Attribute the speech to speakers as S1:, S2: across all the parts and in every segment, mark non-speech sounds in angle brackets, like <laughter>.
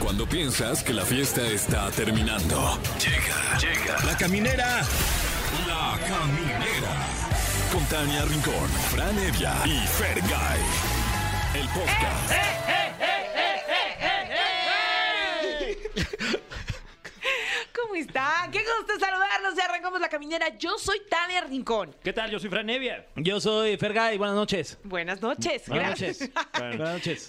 S1: Cuando piensas que la fiesta está terminando. Llega, llega. La caminera. La caminera. Con Tania Rincón, Fran Evia y Fer El podcast.
S2: ¿Cómo está? Qué gusto saludarlos. Ya arrancamos la caminera. Yo soy Tania Rincón.
S3: ¿Qué tal? Yo soy Fran Evia.
S4: Yo soy Fergay, buenas noches.
S2: Buenas noches.
S4: Buenas
S2: Gracias.
S4: noches. Buenas noches.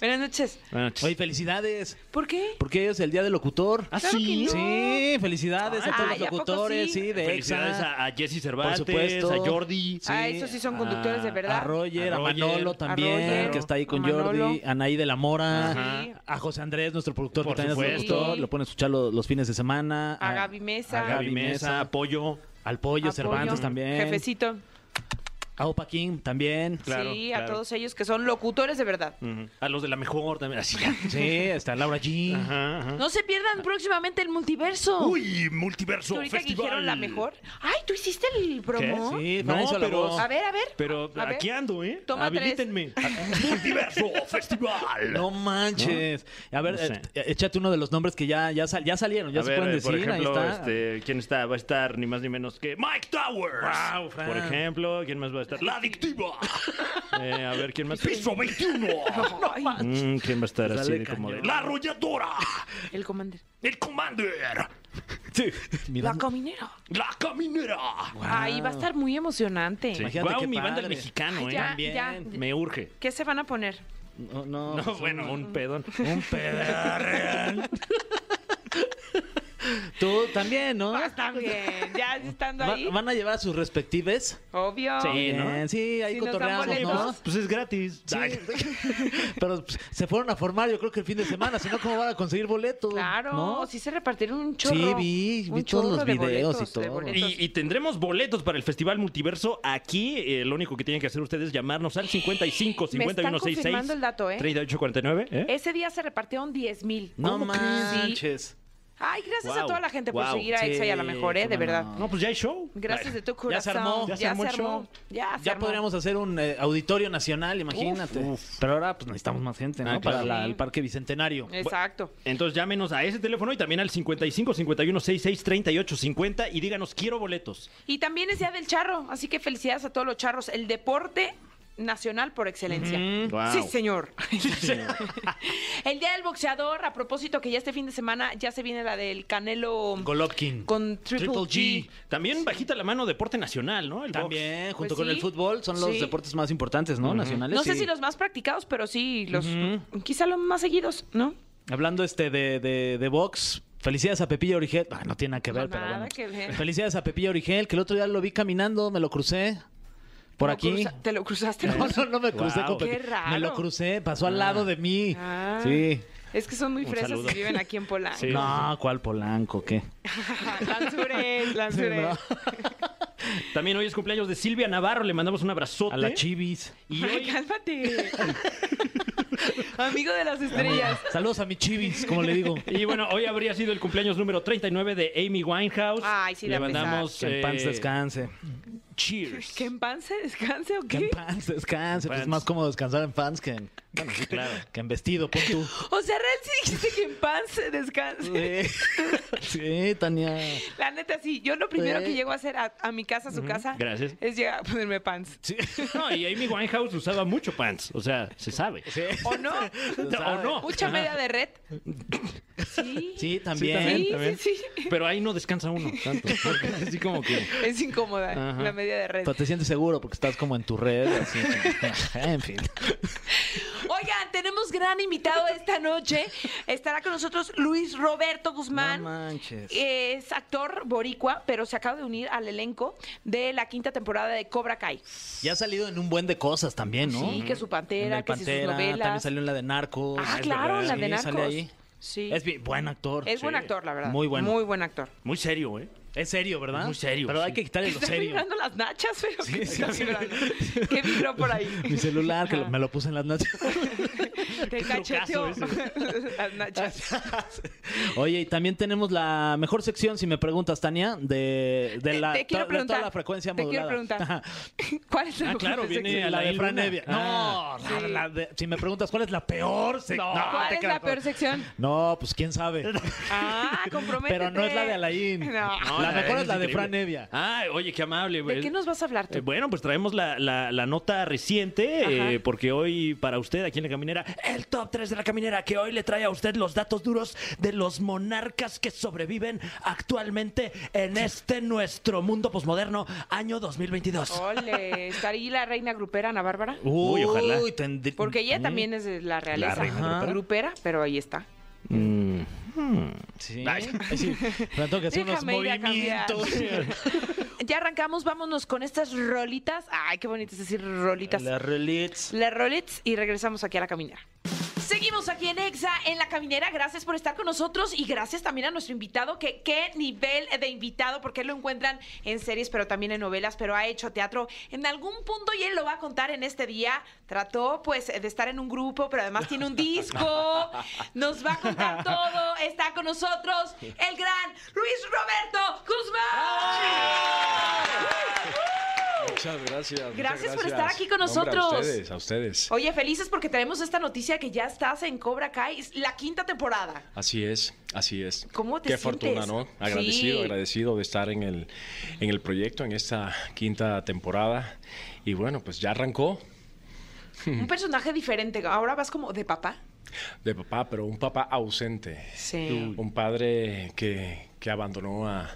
S2: <laughs> Buenas noches.
S3: Buenas noches.
S4: Eh, Oye, felicidades.
S2: ¿Por qué?
S4: Porque es el día del locutor.
S3: Ah,
S2: Claro que no.
S4: Sí, felicidades a todos
S2: Ay,
S4: los
S2: ¿a poco
S4: locutores,
S2: sí?
S4: sí, de
S3: Felicidades
S4: Exa.
S3: a, a Jesse Cervantes,
S4: supuesto.
S3: a Jordi.
S4: Sí,
S2: ah, esos sí son conductores de
S4: A
S2: verdad.
S4: Roger,
S3: A
S4: a,
S3: Roger,
S4: Manolo
S3: a
S4: también,
S2: Roger,
S4: que está ahí con
S2: a Manolo.
S4: Jordi, a Anaí de la Mora,
S3: Ajá.
S2: Sí.
S4: a José Andrés, nuestro productor
S3: Por
S4: que también es
S3: supuesto.
S4: productor,
S2: Sí.
S4: lo pueden escuchar lo- los fines de semana.
S2: A Gaby Mesa.
S3: A Gaby Mesa, Apoyo.
S4: Al Pollo
S2: Apoyo.
S4: Cervantes también.
S2: Jefecito.
S4: A Opa King también.
S3: Claro,
S2: sí, a
S3: claro.
S2: todos ellos que son locutores de verdad.
S3: A los de la mejor también. Así. <laughs>
S4: Sí, está Laura G.
S3: Ajá, ajá.
S2: No se
S4: Ah.
S2: pierdan próximamente el multiverso.
S3: Uy,
S2: Que
S3: multiverso.
S2: ahorita que
S3: festival.
S2: dijeron la mejor. Ay, ¿tú hiciste el promo?
S4: Sí,
S3: No,
S4: Fran hizo la
S3: pero-
S4: voz.
S2: A ver, a ver.
S3: Pero
S2: a ver.
S3: aquí ando, ¿eh?
S2: Toma <laughs>
S3: Habilítenme. multiverso Festival.
S4: No manches. A ver,
S3: No sé.
S4: eh, échate uno de los nombres que ya, ya, sal- ya salieron, ya
S3: a
S4: se
S3: ver,
S4: pueden
S3: eh,
S4: decir.
S3: por ejemplo,
S4: Ahí está. <laughs>
S3: Este, ¿quién está? Va a estar ni más ni menos que Mike Towers.
S4: Wow, Fran.
S3: Por ejemplo, ¿quién más va a estar? La Adictiva. <laughs> Eh, a ver, ¿quién más? Piso 21. <laughs>
S2: Ay,
S3: Mm, ¿Quién va a estar así
S4: Sale
S3: de como de...
S4: cañón.
S3: La Arrolladora.
S2: el comandante.
S3: El Commander.
S4: Mira,
S2: La caminera.
S3: La Caminera.
S2: Ahí va a estar muy emocionante.
S3: Sí.
S4: Imagínate
S3: Guau,
S4: qué
S3: mi banda el
S4: padre.
S3: mexicano, ¿eh?
S2: Ya,
S4: también.
S2: ya.
S3: Me urge.
S2: ¿Qué se van a poner? <laughs>
S4: no, no,
S3: No,
S4: pues,
S3: bueno, un <laughs> pedón.
S4: un pedo. Tú también, ¿no?
S2: Ah, también.
S4: <laughs>
S2: Ya estando
S4: Va-
S2: ahí.
S4: ¿Van a llevar a sus respectives?
S2: Obvio.
S3: Sí.
S4: Bien,
S3: Ah, ¿no?
S4: Sí, ahí
S2: Sí, nos dan
S4: cotorreamos, ¿no?
S2: boletos.
S3: Pues es gratis.
S4: Sí.
S3: Ay.
S4: <laughs> Pero pues, se fueron a formar, yo creo que el fin de semana, si no, ¿cómo van a conseguir boletos?
S2: Claro,
S4: ¿No?
S2: sí se repartieron un chorro.
S4: Sí, vi-
S2: un
S4: vi todos
S2: chorro
S4: los
S2: de
S4: videos y
S2: boletos, de
S4: todo.
S2: boletos.
S3: Y, y tendremos boletos para el Festival Multiverso aquí. eh, lo único que tienen que hacer ustedes es llamarnos al 55
S2: Me están
S3: 51 66
S2: confirmando el dato, ¿eh?
S3: 38 49. ¿eh?
S2: Ese día se repartieron 10 mil.
S4: No
S2: Sí.
S4: manches.
S2: Ay, gracias a
S3: Wow,
S2: toda la gente por
S3: wow,
S2: seguir a
S4: sí,
S2: Exa y a la mejor, ¿eh? De
S4: cómo
S2: verdad.
S4: no.
S3: No, pues ya hay show.
S2: Gracias de tu corazón.
S4: Ya se armó.
S2: Ya,
S4: Ya
S2: se armó.
S3: el show.
S2: Ya, se
S4: Ya
S2: armó.
S4: podríamos hacer un eh, auditorio nacional, imagínate. Pero ahora pues necesitamos más gente, ¿no?
S3: Ah, claro.
S4: Para la-
S2: Sí.
S4: el Parque Bicentenario.
S2: Exacto.
S3: Entonces llámenos a ese teléfono y también al 55 51 66 38 50 y díganos quiero boletos.
S2: Y también es día del charro, así que felicidades a todos los charros. El deporte nacional por excelencia.
S3: Guau.
S2: Sí, señor. <laughs> el día del boxeador, a propósito que ya este fin de semana ya se viene la del Canelo
S4: Golovkin.
S2: con Triple,
S3: Triple
S2: G.
S3: G. También bajita la mano deporte nacional, ¿no? El box.
S4: También, junto
S2: Pues
S4: con
S2: sí.
S4: el fútbol, son los
S2: Sí.
S4: deportes más importantes, ¿no? Nacionales.
S2: No sé
S4: sí.
S2: si los más practicados, pero sí los quizá los más seguidos, ¿no?
S4: Hablando este de, de, de box. Felicidades a Pepillo Origel. Ah, no tiene nada que
S2: No,
S4: ver, pero
S2: Pues nada
S4: bueno.
S2: que ver.
S4: Felicidades a Pepillo Origel, que el otro día lo vi caminando, me lo crucé por
S2: Lo
S4: aquí.
S2: cruza- te lo cruzaste.
S4: <laughs> No, no, no me crucé
S3: Guau.
S4: con Pepi.
S2: Qué raro.
S4: Me lo crucé, pasó al lado de mí.
S2: Ah.
S4: Sí.
S2: <laughs> Es que son muy
S3: Un
S2: fresas
S3: saludo.
S2: y viven aquí en Polanco.
S3: Sí.
S4: No, ¿cuál Polanco? ¿Qué?
S2: <laughs> Lanzures, lanzures.
S4: No.
S3: También hoy es cumpleaños de Silvia Navarro, le mandamos un abrazote.
S4: A la chivis.
S3: y
S2: Ay,
S3: hoy
S2: cálmate. Amigo de las estrellas.
S4: Saludos a mi chivis, como le digo.
S3: Y bueno, hoy habría sido el cumpleaños número 39 de Amy Winehouse.
S2: Ay, sí,
S3: Le
S2: da pesar.
S3: mandamos
S4: Que en pants
S3: eh,
S4: descanse.
S3: Cheers.
S2: ¿Que en pan se descanse o
S4: Que en
S2: qué?
S4: pants descanse. Pues
S3: Pants.
S4: es más cómodo descansar en pants que en,
S3: <laughs> claro.
S4: que en vestido, pon
S2: <laughs>
S4: tú.
S2: O sea, real sí dijiste que en pan se descanse.
S4: Sí. Sí, Tania.
S2: <laughs> La neta, sí. Yo lo primero
S4: Sí.
S2: que llego a hacer a, a mi casa, a su casa,
S3: gracias.
S2: es llegar a ponerme pants.
S4: Sí.
S3: No, y Amy Winehouse usaba mucho pants, o sea, se sabe.
S2: ¿O no?
S3: ¿O
S2: <laughs>
S3: no?
S2: Mucha media de red. Sí.
S4: Sí,
S2: Sí,
S4: también.
S2: sí,
S3: también.
S2: sí.
S3: Pero ahí no descansa uno tanto. porque Así como que.
S2: Es incómoda
S3: Ajá.
S2: la media de red.
S4: Pero te sientes seguro porque estás como en tu red. Así. <laughs>
S2: <laughs>
S4: En fin.
S2: Oigan, tenemos gran invitado esta noche. Estará con nosotros Luis Roberto Guzmán.
S4: No manches.
S2: Eh. Es actor boricua, pero se acaba de unir al elenco de la quinta temporada de Cobra Kai.
S4: Ya ha salido en un buen de cosas también, ¿no?
S2: Sí, que su
S4: En
S2: Pantera,
S4: el
S2: que si sus
S4: Pantera, también
S2: novelas.
S4: salió en la de Narcos.
S2: Ah,
S4: Es
S2: claro, la
S4: verdad.
S2: de
S4: Sí,
S2: Narcos.
S4: sale ahí.
S2: Sí.
S4: Es bien- buen actor.
S2: Es
S4: Sí.
S2: buen actor, la verdad.
S4: Muy bueno.
S2: Muy buen actor.
S3: Muy serio, ¿eh?
S4: Es serio, ¿verdad?
S3: Muy serio,
S4: Pero hay
S3: sí.
S4: que quitarle lo
S2: ¿Estás
S4: serio.
S2: vibrando las nachas? Pero ¿qué
S4: sí,
S2: estás
S4: sí.
S2: vibrando? ¿Qué vibró por ahí?
S4: Mi celular, que lo- me lo puse en las noches.
S2: Te
S3: trucazo
S2: cacheteó. <laughs> Las nachas.
S4: <laughs> Oye, y también tenemos la mejor sección, si me preguntas, Tania, de, de, la,
S2: te quiero
S4: to- de toda
S2: preguntar.
S4: la frecuencia
S2: Te quiero
S4: modulada.
S2: preguntar.
S4: Ajá.
S2: <laughs> ¿Cuál es la
S3: Ah,
S2: mejor
S3: claro,
S2: sección?
S3: viene
S4: la de
S3: Alain
S4: Fran
S3: Luna.
S4: Evia.
S3: Ah.
S4: No, la- la de- si me preguntas cuál es la peor sección.
S3: No.
S4: No,
S2: ¿Cuál
S4: Ah, te
S2: es la
S4: creas,
S2: peor sección?
S4: No, pues
S3: <laughs>
S4: quién sabe. <laughs>
S2: Ah, comprométete.
S4: Pero no es la de Alain.
S2: No.
S3: No,
S4: la
S3: la de
S4: mejor
S3: Alain
S4: es la
S3: es
S4: de
S3: increíble.
S4: Fran Evia.
S3: Ah, oye, qué amable, güey.
S2: ¿De qué nos vas a hablar tú?
S3: Eh, bueno, pues traemos la, la- la nota
S2: Ajá.
S3: reciente, eh, porque hoy para usted aquí en La Caminera, el top 3 de La Caminera, que hoy le trae a usted los datos duros de los monarcas que sobreviven actualmente en este nuestro mundo posmoderno, año 2022.
S2: Ole, ¿estaría ahí la reina grupera, Ana Bárbara?
S3: Uy, ¿Mm? ojalá.
S4: tendrí-
S2: Porque ella también es de la realeza.
S3: reina
S2: Ajá.
S4: ¿eh? grupera.
S2: grupera, pero ahí está.
S3: Mm. Hmm.
S4: Sí.
S3: Ay.
S4: Ay, sí. Me tengo que hacer unos
S2: Déjame ir a cambiar.
S4: movimientos.
S3: <laughs>
S2: Ya arrancamos, vámonos con estas rolitas. Ay, qué bonito es decir rolitas.
S4: Las relics.
S2: La Rolex y regresamos aquí a la caminera. Seguimos aquí en Exa, en la caminera. Gracias por estar con nosotros y gracias también a nuestro invitado, que qué nivel de invitado, porque lo encuentran en series, pero también en novelas, pero ha hecho teatro en algún punto y él lo va a contar en este día. Trató pues de estar en un grupo, pero además tiene un disco. Nos va a contar todo. Está con nosotros el gran Luis Roberto Guzmán.
S5: Muchas gracias. muchas
S2: Gracias por estar aquí con nosotros.
S5: Hombre, a ustedes, a ustedes.
S2: Oye, felices porque traemos esta noticia que ya estás en Cobra Kai, es la quinta temporada.
S5: Así es, así es.
S2: ¿Cómo te
S5: Qué
S2: sientes?
S5: fortuna, ¿no? Agradecido,
S2: Sí.
S5: agradecido de estar en el, en el proyecto, en esta quinta temporada. Y bueno, pues ya arrancó
S2: Un personaje diferente. Ahora vas como de papá.
S5: de papá, pero un papá ausente.
S2: Sí.
S5: Un padre que, que abandonó a,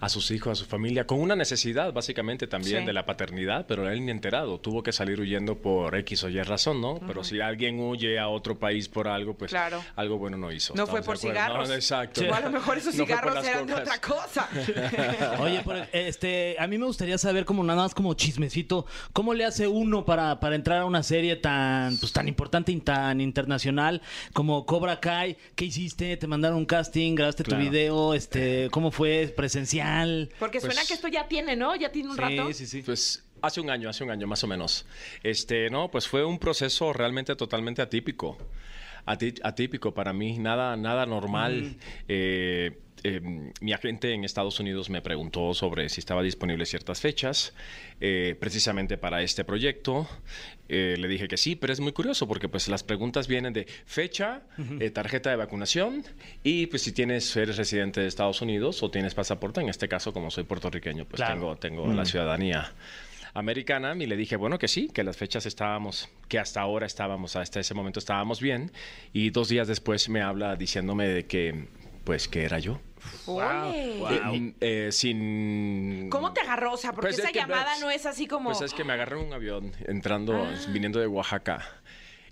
S5: a sus hijos, a su familia, con una necesidad básicamente también
S2: Sí.
S5: de la paternidad, pero él ni enterado, tuvo que salir huyendo por X o Y razón, ¿no? Pero si alguien huye a otro país por algo, pues
S2: Claro.
S5: algo bueno no hizo.
S2: No fue
S5: ¿estamos
S2: por
S5: de acuerdo?
S2: cigarros.
S5: No, exacto.
S2: O a lo mejor esos
S5: <laughs> No fue por
S2: cigarros
S5: las
S2: eran de
S5: copas.
S2: otra cosa.
S5: <laughs>
S3: Ah.
S4: Oye, pero,
S5: eh,
S4: este, a mí me gustaría saber como nada más como chismecito, ¿cómo le hace uno para, para entrar a una serie tan, pues, tan importante y tan internacional como Cobra Kai? ¿Qué hiciste? ¿Te mandaron un casting? ¿Grabaste
S5: Claro.
S4: tu video? Este, ¿cómo fue? ¿Presencial?
S2: Porque suena
S5: Pues-
S2: que esto ya tiene, ¿no? Ya tiene un rato.
S4: sí.
S5: Pues hace un año, hace un año más o menos. Este, no, pues fue un proceso realmente totalmente atípico. Ati- atípico para mí, nada, nada normal. Eh, eh, mi agente en Estados Unidos me preguntó sobre si estaba disponible ciertas fechas, eh, precisamente para este proyecto. Eh, le dije que sí, pero es muy curioso porque pues las preguntas vienen de fecha, eh, tarjeta de vacunación y pues si tienes eres residente de Estados Unidos o tienes pasaporte. En este caso, como soy puertorriqueño, pues
S4: Claro.
S5: tengo tengo la ciudadanía americana y le dije, bueno, que sí, que las fechas estábamos, que hasta ahora estábamos, hasta ese momento estábamos bien y dos días después me habla diciéndome de que, pues, que era yo.
S2: Ole.
S3: Wow.
S5: Eh, eh, sin...
S2: ¿Cómo te agarró? O sea, porque
S5: Pues es
S2: esa
S5: que-
S2: llamada no es así como. Ah.
S5: Pues es que me agarré en un avión entrando, viniendo de Oaxaca.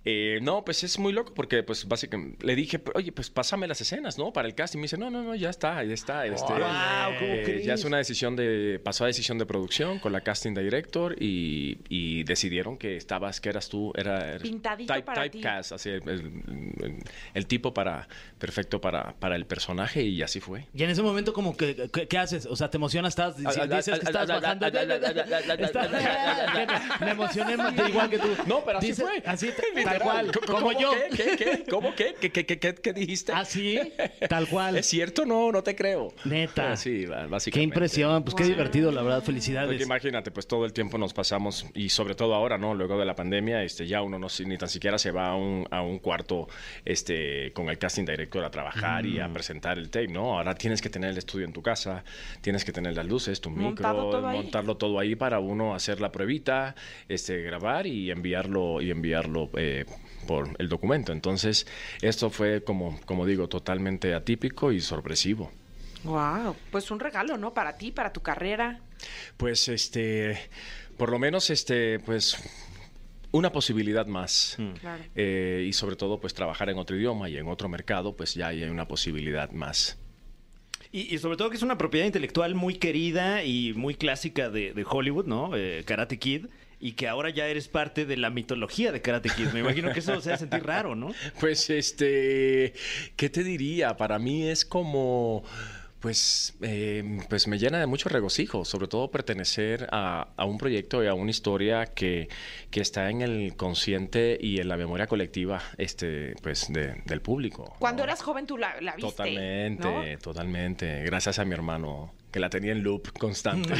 S5: Eh, no, pues es muy loco porque, pues, básicamente, le dije, oye, pues, pásame las escenas, ¿no? Para el casting. Me dice, no, no, no, ya está, ya está. este,
S3: Guau, ¿cómo
S5: ya
S3: crees?
S5: es una decisión de, pasó a decisión de producción con la casting director y, y decidieron que estabas, que eras tú, era... eres
S2: Pintadito para ti.
S5: typecast, así, el, el- el tipo para, perfecto para, para el personaje y así fue.
S4: Y en ese momento, como que, ¿qué, qué haces? O sea, ¿te emocionas? ¿Estás, si dices que estás bajando? Estás- <laughs> Me emocioné más igual que tú.
S5: No, pero así
S4: Dices-
S5: fue. <laughs>
S4: Así, tal
S5: Literal.
S4: cual,
S5: ¿Cómo-
S4: como
S5: cómo
S4: yo.
S5: ¿Qué? ¿Qué? ¿Qué? ¿Cómo qué? ¿Qué, qué, qué, qué, qué dijiste? <laughs>
S4: Así, tal cual.
S5: ¿Es cierto? No, no te creo.
S4: Neta.
S5: Ah, Sí, ba- básicamente.
S4: Qué impresión, pues qué divertido, la verdad, felicidades.
S5: Porque imagínate, pues todo el tiempo nos pasamos, y sobre todo ahora, ¿no? Luego de la pandemia, este, ya uno no, se- ni tan siquiera se va a un, a un cuarto este, con el casting director a trabajar
S4: Mm.
S5: y a presentar el tape, ¿no? Ahora tienes que tener el estudio en tu casa, tienes que tener las luces, tu micro,
S2: Montado todo ahí.
S5: montarlo todo ahí para uno hacer la pruebita, este, grabar y enviarlo, y enviarlo eh, por el documento. Entonces, esto fue, como, como digo, totalmente atípico y sorpresivo.
S2: Wow. Pues un regalo, ¿no? Para ti, para tu carrera.
S5: Pues este, por lo menos este, pues una posibilidad más.
S2: Claro.
S5: Eh, y sobre todo, pues trabajar en otro idioma y en otro mercado, pues ya ahí hay una posibilidad más.
S3: Y, y sobre todo que es una propiedad intelectual muy querida y muy clásica de, de Hollywood, ¿no? Eh, Karate Kid. Y que ahora ya eres parte de la mitología de Karate Kid. Me imagino que eso se hace sentir raro, ¿no?
S5: Pues este, ¿qué te diría? Para mí es como, Pues, eh, pues me llena de mucho regocijo, sobre todo pertenecer a, a un proyecto y a una historia que, que está en el consciente y en la memoria colectiva este, pues de- del público.
S2: Cuando
S5: ¿no?
S2: eras joven tú la, la viste.
S5: Totalmente,
S2: ¿no?
S5: totalmente. Gracias a mi hermano, que la tenía en loop constante.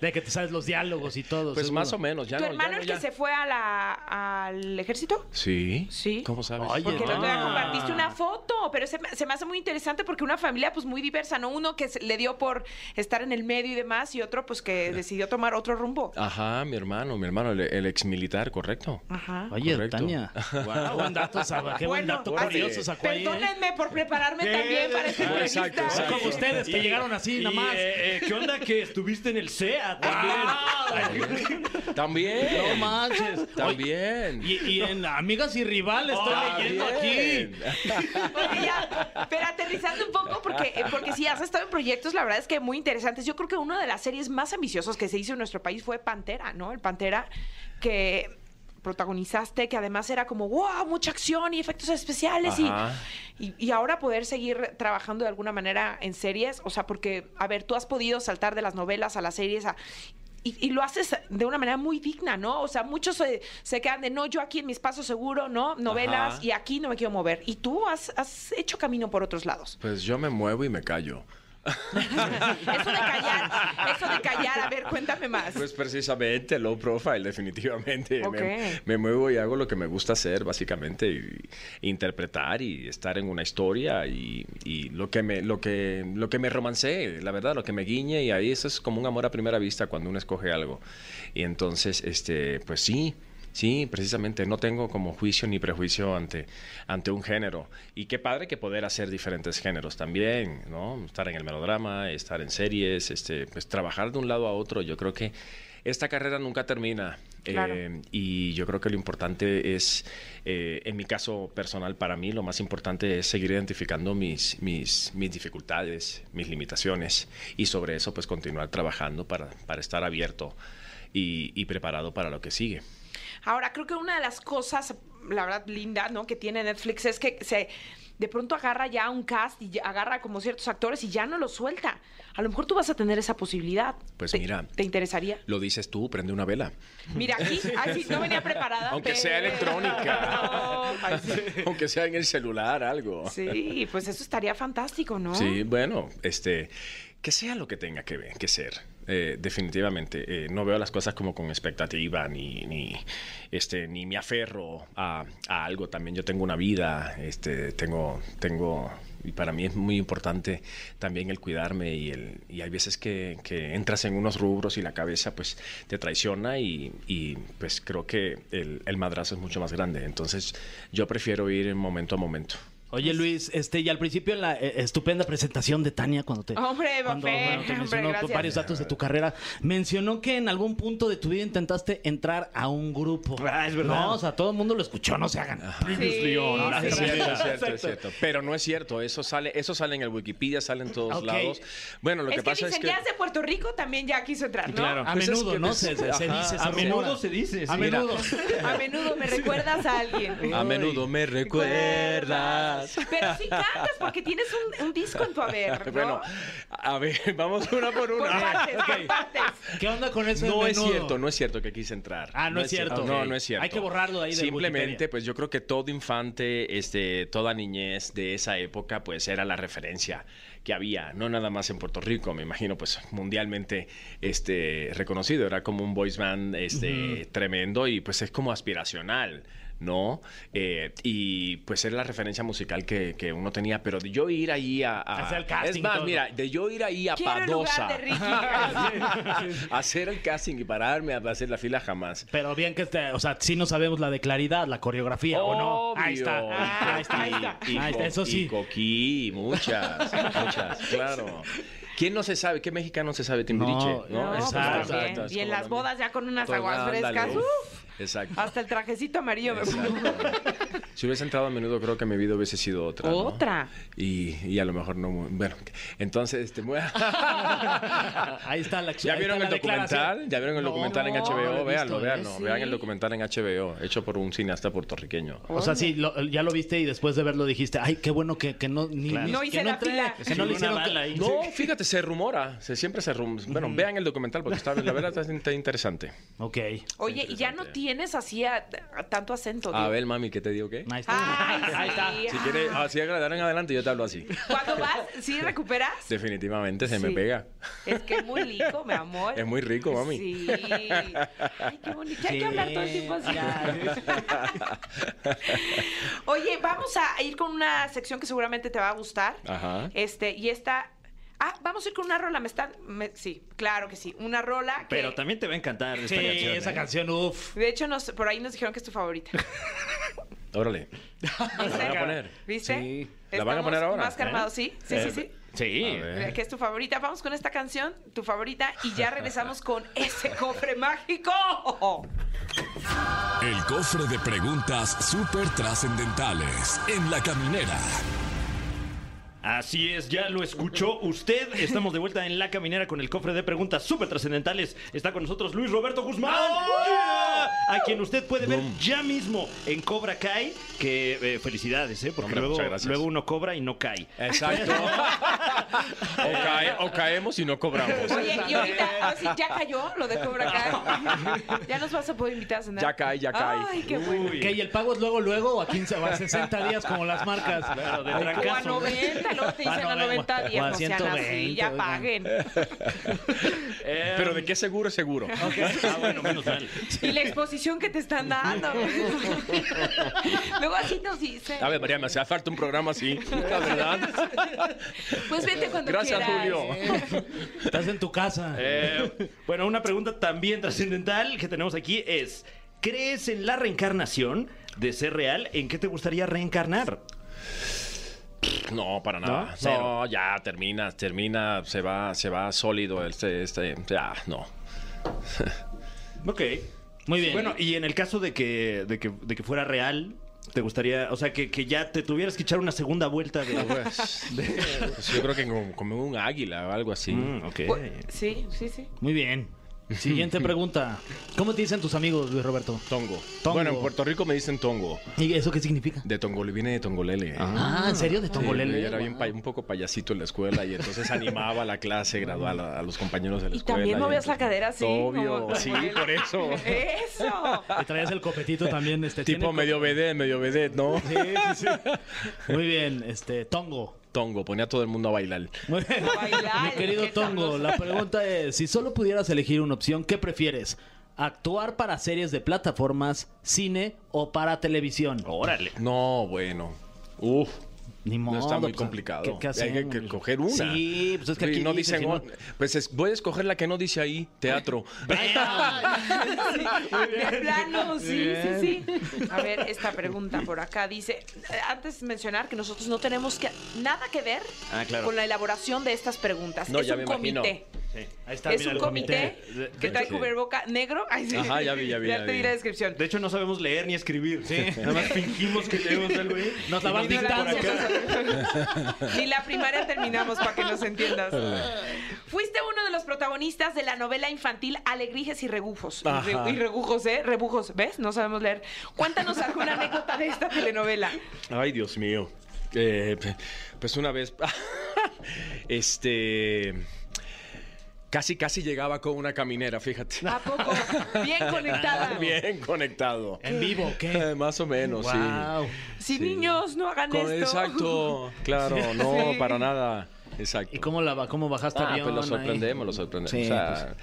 S4: De que te sabes los diálogos y todo.
S5: <laughs> pues
S4: seguro.
S5: más o menos, ya
S2: ¿Tu
S5: no, ya
S2: hermano
S5: no,
S2: el
S5: ya.
S2: que se fue a la, al ejército?
S5: Sí.
S2: Sí.
S5: ¿Cómo sabes?
S4: Oye,
S2: Porque el otro día
S4: Ah.
S2: compartiste una foto, pero se, me- se me hace muy interesante porque una familia pues muy diversa, ¿no? Uno que se- le dio por estar en el medio y demás y otro pues que decidió tomar otro rumbo.
S5: Ajá, mi hermano, mi hermano, el, el ex militar, correcto.
S2: Ajá.
S4: Oye,
S5: Correcto. <laughs>
S4: Tania. Guau, buen dato, Saba, qué buen dato
S2: así-
S4: curioso sacó ahí, ¿eh?
S2: Perdónenme por prepararme
S4: ¿Qué?
S2: también para este esta
S5: Ah,
S2: entrevista.
S5: exacto,
S4: No
S5: exacto.
S4: como ustedes que llegaron así,
S3: Y,
S4: nada más.
S3: eh, eh, ¿Qué onda que estuviste en el CEA también?
S5: También.
S4: No manches.
S5: También.
S4: Y, y en Amigas y Rivales estoy
S5: Está
S4: leyendo
S5: Ah, bien.
S4: aquí.
S2: Oye, ya, pero aterrizando un poco, porque, eh, porque sí, has estado en proyectos, la verdad es que muy interesantes. Yo creo que una de las series más ambiciosas que se hizo en nuestro país fue Pantera, ¿no? El Pantera que protagonizaste, que además era como, wow, mucha acción y efectos especiales y,
S5: Ajá.
S2: y, y ahora poder seguir trabajando de alguna manera en series, o sea, porque, a ver, tú has podido saltar de las novelas a las series a... Y, y lo haces de una manera muy digna, ¿no? O sea, muchos se, se quedan de, no, yo aquí en mis pasos seguro, ¿no? Novelas
S5: Ajá.
S2: y aquí no me quiero mover. Y tú has, has hecho camino por otros lados.
S5: Pues yo me muevo y me callo.
S2: Eso de callar, eso de callar, a ver, cuéntame más.
S5: Pues precisamente low profile, definitivamente.
S2: Ok.
S5: Me, me muevo y hago lo que me gusta hacer, básicamente, y- y interpretar y estar en una historia y, y lo que me lo que lo que me romancee, la verdad, lo que me guiñe y ahí eso es como un amor a primera vista cuando uno escoge algo. Y entonces, este, pues sí. Sí, precisamente, no tengo como juicio ni prejuicio ante, ante un género. Y qué padre que poder hacer diferentes géneros también, ¿no? Estar en el melodrama, estar en series, este, pues trabajar de un lado a otro. Yo creo que esta carrera nunca termina.
S2: Claro.
S5: Eh, y yo creo que lo importante es, eh, en mi caso personal, para mí lo más importante es seguir identificando mis, mis, mis dificultades, mis limitaciones y sobre eso pues continuar trabajando para, para estar abierto y, y preparado para lo que sigue.
S2: Ahora, creo que una de las cosas, la verdad, linda, ¿no? Que tiene Netflix es que se de pronto agarra ya un cast y ya- agarra como ciertos actores y ya no lo suelta. A lo mejor tú vas a tener esa posibilidad.
S5: Pues
S2: ¿Te-
S5: mira.
S2: ¿Te interesaría?
S5: Lo dices tú, prende una vela.
S2: Mira,
S5: <laughs>
S2: aquí, ay, sí, no venía preparada.
S5: Aunque sea
S2: pero- <laughs>
S5: electrónica.
S2: Ay, sí.
S5: <laughs> Aunque sea en el celular, algo.
S2: Sí, pues eso estaría fantástico, ¿no?
S5: Sí, bueno, este, que sea lo que tenga que, ver- que ser. eh, definitivamente, eh, no veo las cosas como con expectativa, ni, ni, este, ni me aferro a, a algo. También yo tengo una vida, este, tengo, tengo, y para mí es muy importante también el cuidarme y, el, y hay veces que, que entras en unos rubros y la cabeza pues te traiciona y, y, pues creo que el, el madrazo es mucho más grande. Entonces yo prefiero ir momento a momento.
S4: Oye, Luis, este, y al principio en la eh, estupenda presentación de Tania cuando te.
S2: Hombre,
S4: cuando,
S2: Bafé,
S4: bueno, te
S2: hombre,
S4: mencionó
S2: gracias.
S4: varios datos de tu carrera, mencionó que en algún punto de tu vida intentaste entrar a un grupo.
S3: Ah, es verdad.
S4: No, o sea, todo el mundo lo escuchó, no se hagan.
S2: Sí,
S3: on.
S2: sí,
S5: <laughs> Es
S2: sí.
S5: cierto, es cierto,
S3: Exacto.
S5: es cierto. Pero no es cierto, eso sale, eso sale en el Wikipedia, sale en todos
S4: Ok.
S5: lados. Bueno, lo
S2: es
S5: que
S2: que
S5: pasa
S2: dicen,
S5: es que
S2: ya es de Puerto Rico, también ya quiso entrar, ¿no?
S3: Claro.
S4: A
S5: Pues es
S4: menudo,
S5: que
S4: ¿no?
S5: pues-
S4: Se, se- se
S5: Ajá,
S4: dice,
S5: a
S4: se
S5: menudo
S4: rumora.
S3: se dice,
S4: A
S3: sí.
S4: menudo.
S2: A menudo me recuerdas a alguien.
S5: a menudo me recuerdas.
S2: Pero sí cantas porque tienes un, un disco en tu haber, ¿no?
S5: <laughs> Bueno, Ah, a ver, <laughs> vamos una por
S2: por
S5: una.
S2: partes, por partes.
S4: ¿Qué onda con eso? del
S5: No es
S4: menudo?
S5: cierto, no es cierto que quise entrar.
S4: Ah, no es cierto.
S5: No,
S4: Ok.
S5: no es cierto.
S4: Hay que borrarlo de ahí del
S5: Simplemente,
S4: Wikipedia.
S5: pues yo creo que todo infante, este, toda niñez de esa época, pues era la referencia que había. No nada más en Puerto Rico, me imagino, pues mundialmente este, reconocido. Era como un voice band este, tremendo y pues es como aspiracional. ¿No? Eh, y pues era la referencia musical que, que uno tenía, pero de yo ir ahí a. a-
S4: Hacer el casting
S5: es
S4: y
S5: más,
S4: todo.
S5: mira, de yo ir ahí a
S2: Quiero el
S5: Padosa.
S2: lugar de Ricky.
S5: hacer el casting y pararme a hacer la fila jamás.
S4: Pero bien que, este, o sea, sí no sabemos la de claridad, la coreografía, ¿o no? Ahí está. Ah,
S5: Obvio.
S2: Ah,
S4: Ahí está. Ahí está.
S5: Y,
S4: Ahí está,
S5: co-
S4: Eso
S5: Y
S4: sí.
S5: coquí,
S2: <laughs>
S5: muchas, muchas, claro. ¿Quién no se sabe? ¿Qué mexicano se sabe Timbiriche?
S4: No,
S2: No,
S4: exacto.
S2: pues también.
S5: es
S2: Y en
S5: como
S2: las
S5: también.
S2: bodas ya con unas
S5: Pues,
S2: aguas
S5: ándale,
S2: frescas.
S5: uf.
S2: uf.
S5: Exacto.
S2: Hasta el trajecito amarillo me puso.
S5: Si hubiese entrado a menudo, creo que mi vida hubiese sido otra. ¿no?
S2: Otra.
S5: Y, y a lo mejor no. mu- Bueno, entonces, este, <laughs> voy a-
S4: <laughs> Ahí está la
S5: ¿Ya
S4: ahí
S5: vieron el
S4: está la
S5: documental?
S4: declaración.
S5: ¿Ya vieron el
S4: No,
S5: documental en
S4: no, no lo he
S5: HBO?
S4: visto,
S5: Véanlo,
S4: ¿eh?
S5: véanlo.
S4: Sí.
S5: Vean el documental en HBO, hecho por un cineasta puertorriqueño.
S4: O sea, sí, lo- ya lo viste y después de verlo dijiste, ay, qué bueno que, que no ni,
S3: Claro.
S4: ni-
S2: No
S4: que
S2: hice la
S4: entré,
S2: fila.
S4: Que no le
S3: Una
S4: hicieron
S3: bala ahí.
S5: No, fíjate, se rumora, se, siempre se rumora. Bueno, vean el documental porque está, la verdad está interesante.
S4: Ok.
S2: Oye, y ya
S5: interesante.
S2: no tienes así a- a tanto acento.
S5: A
S2: digo.
S5: ver, mami, ¿qué te digo qué?
S4: Ahí está.
S2: Ay, sí.
S4: Ah, Ahí está.
S5: Si quieres, así agradar en adelante, yo te hablo así.
S2: ¿Cuándo vas? ¿Sí recuperas?
S5: Definitivamente se me
S2: Sí.
S5: pega.
S2: Es que es muy rico, mi amor.
S5: Es muy rico, mami.
S2: Sí. Ay, qué bonito. Hay que hablar todo el tiempo así. <laughs> Oye, vamos a ir con una sección que seguramente te va a gustar.
S5: Ajá.
S2: Este, y esta. Ah, vamos a ir con una rola. Me están. me- Sí, claro que sí. Una rola. que-
S3: Pero también te va a encantar esta
S4: Sí,
S3: canción.
S4: esa
S3: ¿eh?
S4: canción, uff.
S2: De hecho, nos, por ahí nos dijeron que es tu favorita.
S5: Órale.
S2: ¿Viste?
S5: <laughs> ¿La van a poner?
S2: ¿Viste?
S4: Sí.
S5: ¿La van a
S2: Estamos
S5: poner ahora?
S3: ¿Eh?
S2: Más calmados, sí. Sí, sí, sí.
S3: Sí.
S5: A ver. Eh.
S2: Que es tu favorita. Vamos con esta canción, tu favorita, y ya regresamos con
S5: <laughs>
S2: ese cofre mágico.
S1: El cofre de preguntas súper trascendentales en la caminera.
S3: Así es, ya lo escuchó usted. Estamos de vuelta en La Caminera con el cofre de preguntas súper trascendentales. Está con nosotros Luis Roberto Guzmán, Yeah. a quien usted puede ver ya mismo en Cobra Kai. Que eh, felicidades, ¿eh? porque
S5: Hombre,
S3: luego,
S5: muchas gracias.
S3: luego uno cobra y no cae.
S5: Exacto. <laughs> o, cae- o caemos y no cobramos.
S2: Oye, y ahorita, ahora sí, ya cayó lo de Cobra
S5: <laughs>
S2: Kai. Ya nos vas a poder invitar a cenar.
S5: Ya cae, ya cae.
S2: Ay, qué bueno.
S3: Uy.
S4: Que y el pago es luego, luego, o a 15 o a 60 días, como las marcas.
S3: <laughs> Claro, de
S4: Ay,
S3: trancazo.
S2: O a 90, luego te dicen a 90 días,
S4: o a
S2: no sean así,
S4: 120,
S2: ya
S4: oigan.
S2: paguen.
S5: Pero de qué seguro es seguro.
S3: Ah, bueno, menos mal.
S2: Y la exposición que te están
S5: <laughs>
S2: dando. pues. Luego así nos dicen.
S5: A ver, María, me hace falta un programa así. La verdad.
S2: Pues vete cuando
S5: Gracias,
S2: quieras.
S5: Julio.
S4: Estás en tu casa.
S3: Eh, bueno, una pregunta también trascendental que tenemos aquí es: ¿crees en la reencarnación de ser real? ¿En qué te gustaría reencarnar?
S5: No, para nada. No,
S3: Cero.
S5: ya termina, termina, se va, se va sólido este, este, ya, no.
S3: Ok.
S4: Muy bien.
S3: Bueno, y en el caso de que, de que, de que fuera real, ¿te gustaría, o sea, que, que ya te tuvieras que echar una segunda vuelta
S4: <laughs>
S3: de...
S5: Pues, pues yo creo que como, como un águila o algo así. Pues,
S3: Mm, ok.
S2: Sí, sí, sí.
S4: Muy bien. Siguiente pregunta. ¿Cómo te dicen tus amigos, Luis Roberto?
S5: Tongo.
S4: Tongo.
S5: Bueno, en Puerto Rico me dicen tongo.
S4: ¿Y eso qué significa?
S5: De tongole, viene de tongolele.
S4: Ah, ¿en serio? ¿De
S5: Sí,
S4: Tongolele?
S5: yo era bien pay- un poco payasito en la escuela y entonces animaba a la
S4: <laughs>
S5: clase gradual a, a los compañeros de la
S2: Y
S5: escuela.
S2: también movías la
S5: entonces-
S2: cadera así.
S5: Obvio,
S2: <laughs> como-
S5: sí, por eso. <laughs>
S2: Eso.
S4: Y traías el copetito también. Este,
S5: Tipo
S4: tiene-
S5: medio vedette, medio vedette, ¿no?
S4: Muy bien, este, Tongo.
S5: Tongo, ponía a todo el mundo a bailar.
S4: Muy bien.
S2: Bailar,
S4: Mi querido
S2: qué
S4: Tongo,
S2: sabroso.
S4: la pregunta es, si solo pudieras elegir una opción, ¿qué prefieres? ¿Actuar para series de plataformas, cine o para televisión?
S3: Órale.
S5: No, bueno. Uf.
S4: Ni
S5: No,
S4: modo.
S5: está muy
S4: pues,
S5: complicado.
S4: ¿qué- qué
S5: Hay que,
S4: hacemos?
S5: que coger una.
S4: Sí, pues es que aquí
S5: no
S4: dice,
S5: dicen.
S4: si no-
S5: o- Pues es- voy a escoger la que no dice ahí, teatro.
S3: Ahí está.
S2: <laughs> De plano, sí, sí, sí. A ver, esta pregunta por acá dice, eh, antes de mencionar que nosotros no tenemos que, nada que ver
S3: Ah, claro.
S2: con la elaboración de estas preguntas.
S5: No,
S2: es
S5: ya
S2: un
S5: me
S2: comité.
S5: imagino.
S3: Sí, ahí está,
S2: es
S3: mira,
S2: un
S3: el
S2: comité,
S3: De- de-
S2: que trae
S5: Sí.
S2: cubreboca negro. Ay, sí.
S5: Ajá, ya vi, ya vi, ya
S2: te
S5: vi.
S2: di la descripción.
S3: De hecho, no sabemos leer ni escribir. Sí. <laughs> Nada más fingimos que leemos algo ahí.
S4: Nos la
S3: Y
S4: van
S3: dice por
S4: dictando.
S3: acá.
S5: <laughs>
S2: Ni la primaria terminamos para que nos entiendas. Fuiste uno de los protagonistas de la novela infantil Alegrijes y Regujos. Y re-
S5: Ajá.
S2: Y Regujos, ¿eh? Rebujos. ¿Ves? No sabemos leer. Cuéntanos alguna anécdota de esta telenovela.
S5: Ay, Dios mío. Eh, pues una vez. <laughs> este. Casi, casi llegaba con una caminera, fíjate.
S2: ¿A poco? Bien conectada.
S5: <laughs> Bien conectado.
S4: ¿En vivo o
S5: Eh,
S4: qué?
S5: Más o menos, sí.
S4: Guau.
S2: Si
S5: Sí.
S2: niños no hagan
S5: Con-
S2: esto.
S5: exacto, claro, no,
S2: Sí.
S5: para nada. Exacto.
S4: ¿Y cómo, la, ba- cómo bajaste
S5: Ah,
S4: avión
S5: pues lo
S4: ahí?
S5: sorprendemos, lo sorprendemos.
S4: Sí,
S5: O sea,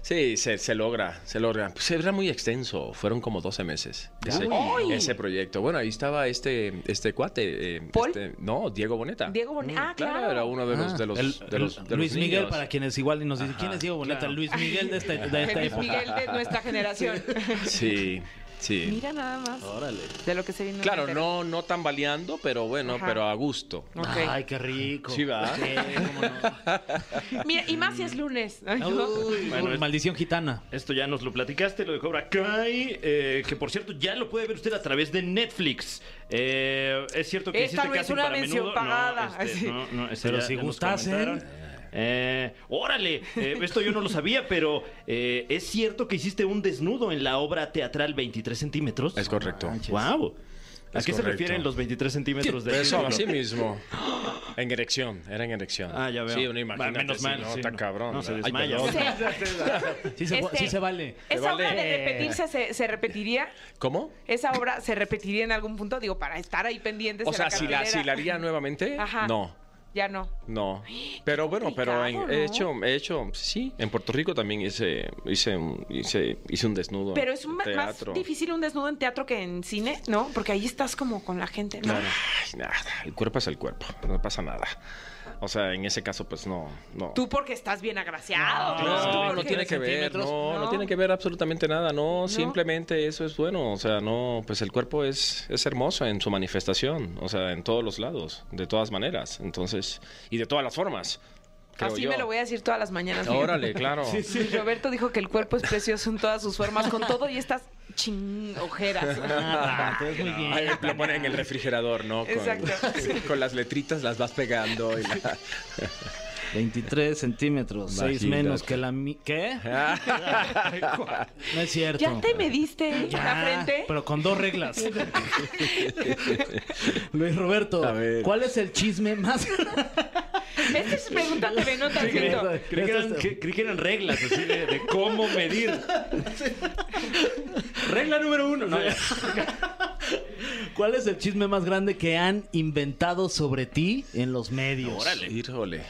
S5: sí, se, se logra, se logra. Pues era muy extenso, fueron como 12 meses ese,
S2: Uy.
S5: ese proyecto. Bueno, ahí estaba este, este cuate. eh,
S2: ¿Paul?
S5: este- no, Diego Boneta.
S2: <laughs> Diego Bonet. Ah, claro.
S5: Mm, era uno de los...
S4: Ah,
S5: de los,
S4: el-
S5: de los- de
S4: Luis
S5: los
S4: Miguel,
S5: niños.
S4: para quienes igual y nos dicen,
S5: Ajá,
S4: ¿quién es Diego Boneta?
S5: claro. <laughs>
S4: este Luis Miguel de esta, de esta
S2: El Luis
S4: época.
S2: Miguel de nuestra generación.
S5: Sí, Sí.
S2: Mira nada más
S4: Órale.
S2: de lo que se vino.
S5: Claro, no, no tambaleando, pero bueno,
S2: Ajá.
S5: pero a gusto.
S4: Ay, qué rico.
S5: Sí, ¿verdad?
S4: cómo no.
S2: Mira, y más si es lunes. Ay,
S5: <laughs>
S2: no.
S4: Uy,
S3: Bueno,
S4: uy,
S3: es-
S4: maldición gitana.
S3: Esto ya nos lo platicaste, lo de Cobra Kai, eh, que por cierto ya lo puede ver usted a través de Netflix. Eh, es cierto que
S2: Esta
S3: hiciste
S2: no
S3: que
S2: es
S3: hacen
S2: una
S3: para
S2: mención
S3: menudo.
S2: pagada.
S3: No,
S2: <laughs>
S3: este,
S2: Sí.
S3: no, no, este
S4: Pero
S3: ya-
S4: si
S3: ya nos
S4: gustasen.
S3: comentaron. Eh, órale, eh, esto yo no lo sabía, pero eh, es cierto que hiciste un desnudo en la obra teatral 23 centímetros.
S5: Es correcto.
S3: Wow. ¿A
S5: Es
S3: qué se
S5: correcto.
S3: refieren los 23 centímetros de
S5: Eso,
S3: ridículo?
S5: así mismo. En erección, era en erección.
S3: Ah, ya veo.
S5: Sí, una imagen.
S3: Va, menos mal,
S5: No,
S3: sí,
S5: está
S3: no.
S5: cabrón.
S3: No, se
S5: Ay,
S3: desmaya.
S5: <laughs> perdón.
S4: Sí se,
S2: Este-
S4: sí se vale.
S2: ¿Esa obra
S5: vale.
S2: de repetirse se, se repetiría?
S5: ¿Cómo?
S2: ¿Esa obra se repetiría en algún punto? Digo, para estar ahí pendientes.
S5: O
S2: de
S5: sea, si la,
S2: cartelera.
S5: si la haría nuevamente,
S2: Ajá.
S5: no.
S2: Ya no.
S5: No, pero bueno, pero en-
S2: complicado,
S5: he
S2: ¿no?
S5: hecho, he hecho, sí, en Puerto Rico también hice, hice, un- hice, hice un desnudo.
S2: Pero es un-
S5: en
S2: más
S5: teatro.
S2: difícil un desnudo en teatro que en cine, ¿no? Porque ahí estás como con la gente, ¿no?
S5: Claro. Ay, nada, el cuerpo es el cuerpo, no pasa nada. O sea, en ese caso, pues no, no.
S2: Tú porque estás bien agraciado.
S5: Ah, No,
S2: tú
S5: no,
S2: porque-
S5: tiene que ver, no,
S4: centímetros,
S5: no,
S2: no.
S5: tiene que ver absolutamente nada, no, simplemente eso es bueno, o sea, no, pues el cuerpo es, es hermoso en su manifestación, o sea, en todos los lados, de todas maneras, entonces, y de todas las formas. creo
S2: Así
S5: yo.
S2: me lo voy a decir todas las mañanas. fíjate.
S5: <laughs> Órale, claro.
S2: Roberto dijo que el cuerpo es precioso en todas sus formas, con todo y estas ching
S5: <laughs>
S2: ojeras.
S4: Ah, entonces muy bien.
S5: Ay, pues, lo ponen en el refrigerador, ¿no? Con,
S2: Exacto.
S5: <laughs> con las letritas las vas pegando. y la-
S4: 23 centímetros. 6
S5: Imagínate.
S4: menos que la... mi-
S3: <laughs>
S4: ¿Qué? No es cierto.
S2: Ya te mediste
S4: Ya,
S2: la frente.
S4: Pero con dos reglas.
S3: <laughs>
S4: Luis Roberto,
S5: A ver.
S4: ¿cuál es el chisme más?
S2: Esta es pregunta TV Nota, siento.
S3: Creí que, eran, que- creí que eran reglas así de, de cómo medir.
S4: <laughs>
S3: Regla número uno. No, ya.
S4: <laughs> ¿Cuál es el chisme más grande que han inventado sobre ti en los medios?
S5: Híjole.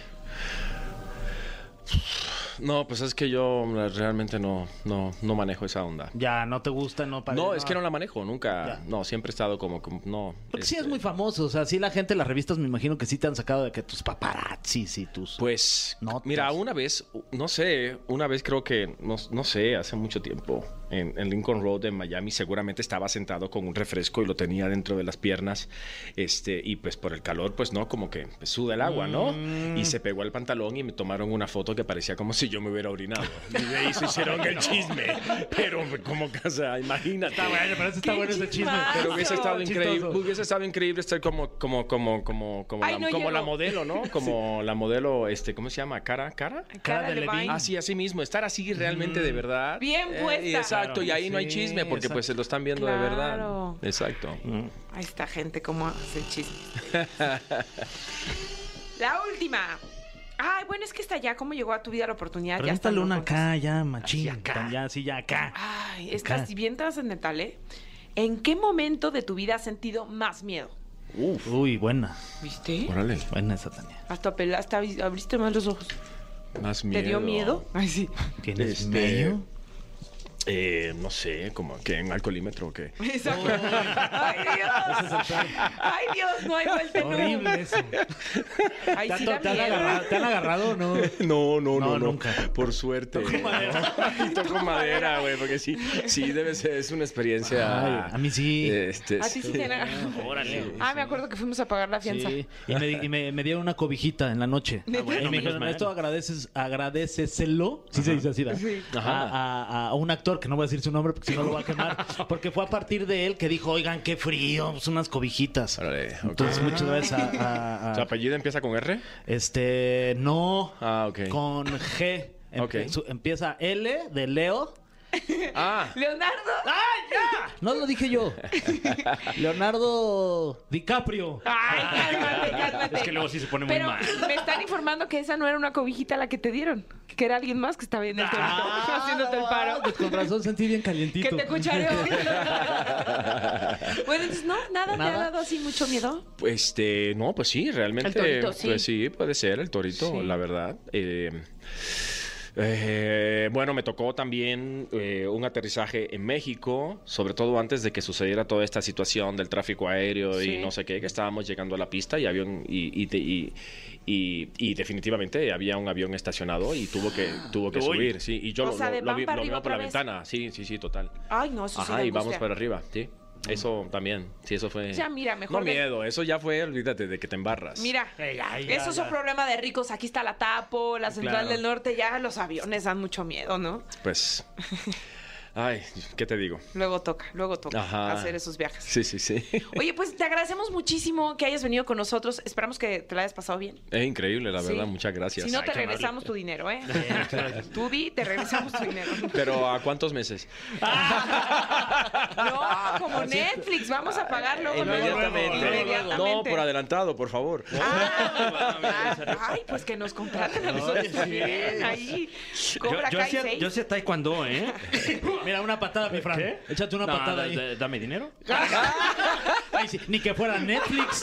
S5: No, pues es que yo realmente no, no, no manejo esa onda.
S4: Ya, no te gusta, no para.
S5: No, es que no la manejo, nunca.
S4: Ya.
S5: No, siempre he estado como, como- no.
S4: Porque sí es
S5: este,
S4: muy famoso, o sea, sí la gente, las revistas me imagino que sí te han sacado de que tus paparazzis y tus...
S5: Pues,
S4: Notas.
S5: mira, una vez, no sé, una vez creo que, no, no sé, hace mucho tiempo, en, en Lincoln Road, en Miami, seguramente estaba sentado con un refresco y lo tenía dentro de las piernas, este, y pues por el calor, pues no, como que pues, suda el agua, ¿no?
S4: Mm.
S5: Y se pegó al pantalón y me tomaron una foto que parecía como si yo me hubiera orinado. Y de ahí se hicieron
S4: <laughs>
S5: el chisme, pero pues, como que, o sea, imagínate.
S4: pero eso está
S2: Qué
S4: bueno ese chisme.
S2: chismazo.
S5: Pero hubiese estado
S4: Chistoso.
S5: increíble, hubiese estado increíble estar como, como, como, como, como,
S2: Ay,
S5: la,
S2: no
S5: como la
S2: llego. <laughs>
S5: modelo, ¿no? Como la modelo, este, ¿cómo se llama? Cara, cara.
S4: Cara de
S2: Levine.
S4: Levine. Ah,
S5: Así, así mismo, estar así realmente
S2: Mm.
S5: de verdad.
S2: Bien
S5: Eh,
S2: puesta.
S5: y exacto, y ahí no hay
S4: Sí,
S5: chisme porque pues se lo están viendo de verdad.
S2: Claro.
S5: Exacto.
S2: Ahí está gente como hace chisme. la última. Ay, bueno, es que está ya. ¿Cómo llegó a tu vida la oportunidad? Ya
S4: Pregúntale
S2: están
S4: una
S2: locos.
S4: acá, Ah, ya, machín.
S3: Así acá.
S4: Tan- Ya, sí, ya acá.
S2: Ay,
S4: Acá.
S2: estás bien trascendental, ¿eh? ¿En qué momento de tu vida has sentido más miedo?
S5: Uf,
S4: Uy, buena.
S2: ¿Viste?
S5: órale.
S4: Buena esa, Tania.
S2: Hasta pelaste, abri- abriste más los ojos.
S5: Más
S2: ¿Te
S5: miedo.
S2: dio miedo? Ay, sí.
S4: ¿Tienes
S5: Este,
S4: medio?
S5: Eh, no sé, como que en alcoholímetro que.
S2: Exacto. Ay, Dios. Ay, Dios, no hay vuelta no.
S4: Horrible eso.
S2: Ay,
S4: ¿Te,
S2: sí
S4: han-
S2: da
S4: te han
S2: miedo.
S4: agarrado, ¿Te
S3: <laughs>
S4: han agarrado o no?
S5: <laughs> No, no,
S4: No,
S5: no, no.
S4: nunca.
S5: Por suerte. Toco madera. <laughs> Toco madera, güey, porque sí, sí debe ser, es una experiencia.
S4: Ay, eh, a mí sí.
S5: Este,
S2: A ti sí te han agarrado.
S3: Órale.
S2: Ah, me acuerdo que fuimos a pagar la fianza.
S4: Sí, y me, di- y me- me dieron una cobijita en la noche.
S2: Ah, bueno,
S4: y me
S3: menos
S4: dijeron,
S3: mal.
S4: esto agradeces, agradeceselo, sí se dice así, ¿verdad? A, a- a un actor, que no voy a decir su nombre porque si no lo voy a <laughs> quemar, porque fue a partir de él que dijo, oigan, qué frío, pues unas cobijitas.
S5: Órale, ok.
S4: Entonces, muchas gracias a... a- a-
S5: ¿Tu apellido empieza con R?
S4: este, no,
S5: Ah, ok.
S4: con G. Em-
S5: Ok.
S4: su- empieza L de Leo.
S5: Ah,
S2: Leonardo.
S4: No lo dije
S3: <laughs>
S4: yo. Leonardo DiCaprio.
S2: Ay,
S3: <laughs>
S2: cálmate, cálmate.
S3: Es que luego sí se pone muy
S2: Pero
S3: mal.
S2: me están informando que esa no era una cobijita la que te dieron, que era alguien más que estaba
S3: Ah.
S2: viendo el teléfono, <laughs> Ah, haciéndote el paro.
S4: Pues con razón sentí bien calientito.
S2: Que te cuchareó.
S4: <laughs>
S2: bueno, entonces, ¿no? ¿Nada, te
S4: Nada.
S2: ha dado así mucho miedo?
S5: <laughs> Este, no, pues sí, realmente.
S2: El torito, sí.
S5: Pues sí, puede ser el torito,
S2: Sí.
S5: la verdad. Eh, Eh, bueno, me tocó también eh, un aterrizaje en México, sobre todo antes de que sucediera toda esta situación del tráfico aéreo
S2: Sí.
S5: y no sé qué, que estábamos llegando a la pista y avión y, y te- y- y- y definitivamente había un avión estacionado y tuvo que tuvo que
S3: Uy.
S5: subir, sí, y yo
S2: O
S5: lo,
S2: sea,
S5: lo-
S2: de
S5: lo
S2: van
S5: vi-
S2: para
S5: lo
S2: arriba
S5: veo por la
S2: otra vez.
S5: ventana, sí, sí, sí, total.
S2: Ay, no, eso sí
S5: Ajá,
S2: da
S5: y vamos
S2: angustia.
S5: para arriba, sí. Eso también, sí, eso fue.
S2: Ya, mira, mejor
S5: No
S2: ve-
S5: miedo, eso ya fue, olvídate de que te embarras.
S2: Mira,
S3: Ey, ay, ya,
S2: eso es un
S3: ya.
S2: problema de ricos. Aquí está la Tapo, la Central
S5: Claro.
S2: del Norte. Ya los aviones dan mucho miedo, ¿no? <laughs>
S5: Pues. Ay, ¿qué te digo?
S2: Luego toca, luego toca
S5: Ajá.
S2: hacer esos viajes.
S5: Sí, sí, <laughs> sí.
S2: Oye, pues te agradecemos muchísimo que hayas venido con nosotros. Esperamos que te la hayas pasado bien.
S5: Es increíble, la verdad,
S2: Sí.
S5: muchas gracias.
S2: Si no, te
S3: Ay, qué
S2: regresamos tu dinero, ¿eh? Tú di, te regresamos tu dinero.
S5: Pero ¿a cuántos meses?
S2: No, como Netflix, vamos a pagarlo
S5: Inmediatamente. No, por adelantado, por favor.
S2: Ah,
S5: <laughs>
S2: ay, pues que nos contraten a nosotros
S4: Oye, sí.
S2: también. Ahí, Cobra
S3: yo,
S2: Kai
S3: hacía,
S2: seis.
S3: yo hacía taekwondo, ¿eh?
S4: <laughs> Mira, una patada, mi Fran.
S3: ¿Qué?
S4: Échate una
S3: No,
S4: patada
S3: da-
S4: ahí.
S3: da- dame dinero.
S4: <laughs> Ay, sí, Ni que fuera Netflix.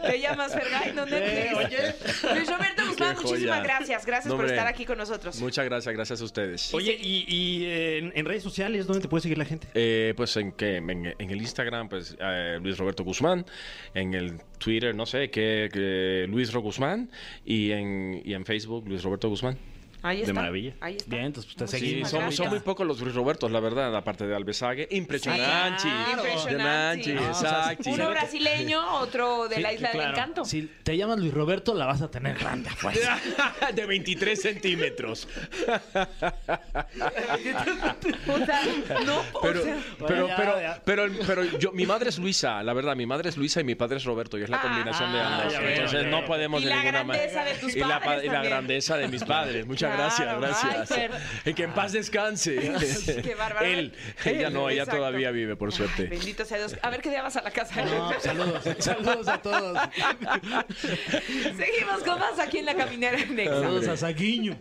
S2: Te llamas Fergay, no Netflix.
S4: Eh, oye.
S2: Luis Roberto Guzmán,
S5: Qué
S2: muchísimas
S5: joya.
S2: gracias. Gracias
S5: No,
S2: por
S5: hombre.
S2: estar aquí con nosotros.
S5: Muchas gracias, gracias a
S3: <laughs>
S5: ustedes.
S3: Oye, ¿y, y, eh, en, en redes sociales dónde te puede seguir la gente?
S5: Eh, pues en que en, en el Instagram, pues eh, Luis Roberto Guzmán, en el Twitter, no sé, que, que Luis Ro Guzmán, y en, y en Facebook, Luis Roberto Guzmán.
S2: Ahí está.
S3: maravilla.
S2: Ahí está.
S4: Bien, entonces, pues, te
S2: Muchísimas
S5: Sí,
S4: seguimos.
S5: son,
S2: gracias.
S5: son muy pocos los Luis Robertos, la verdad, aparte de Albesague. Impresionante.
S2: Sí, claro. Impresionante.
S5: Impresionante,
S2: Ah, o
S4: sea,
S5: exacto.
S2: Ah, Uno brasileño, otro de
S4: Sí,
S2: la isla
S4: claro.
S2: del encanto.
S4: Si te llamas Luis Roberto, la vas a tener grande. Pues.
S5: <laughs> de 23 centímetros.
S2: O sea, no, <laughs> o
S5: Pero,
S2: sea,
S5: pero,
S4: ya,
S5: pero,
S4: ya.
S5: pero, pero yo, mi madre es Luisa, la verdad, mi madre es Luisa y mi padre es Roberto, y es la
S2: Ah,
S5: combinación de
S4: ah,
S5: ambos.
S4: ya veo,
S5: Entonces
S4: ya
S5: no
S4: veo.
S5: podemos
S2: Y
S5: de
S2: la
S5: ninguna
S2: grandeza de tus
S5: y la,
S2: padres
S5: pa- y la
S2: también.
S5: grandeza de mis padres. Muchas
S2: Claro,
S5: gracias,
S2: ay,
S5: gracias. y que en paz descanse. <laughs>
S2: Qué bárbaro.
S5: Él, ella no, ella
S2: Exacto.
S5: todavía vive, por
S2: Ay,
S5: suerte.
S2: bendito sea Dios. A ver qué día vas a la casa.
S4: No,
S2: <laughs>
S4: pues, saludos. <laughs> Saludos a todos.
S2: Seguimos con más aquí en la caminera en Exa.
S4: Saludos a Saguiño.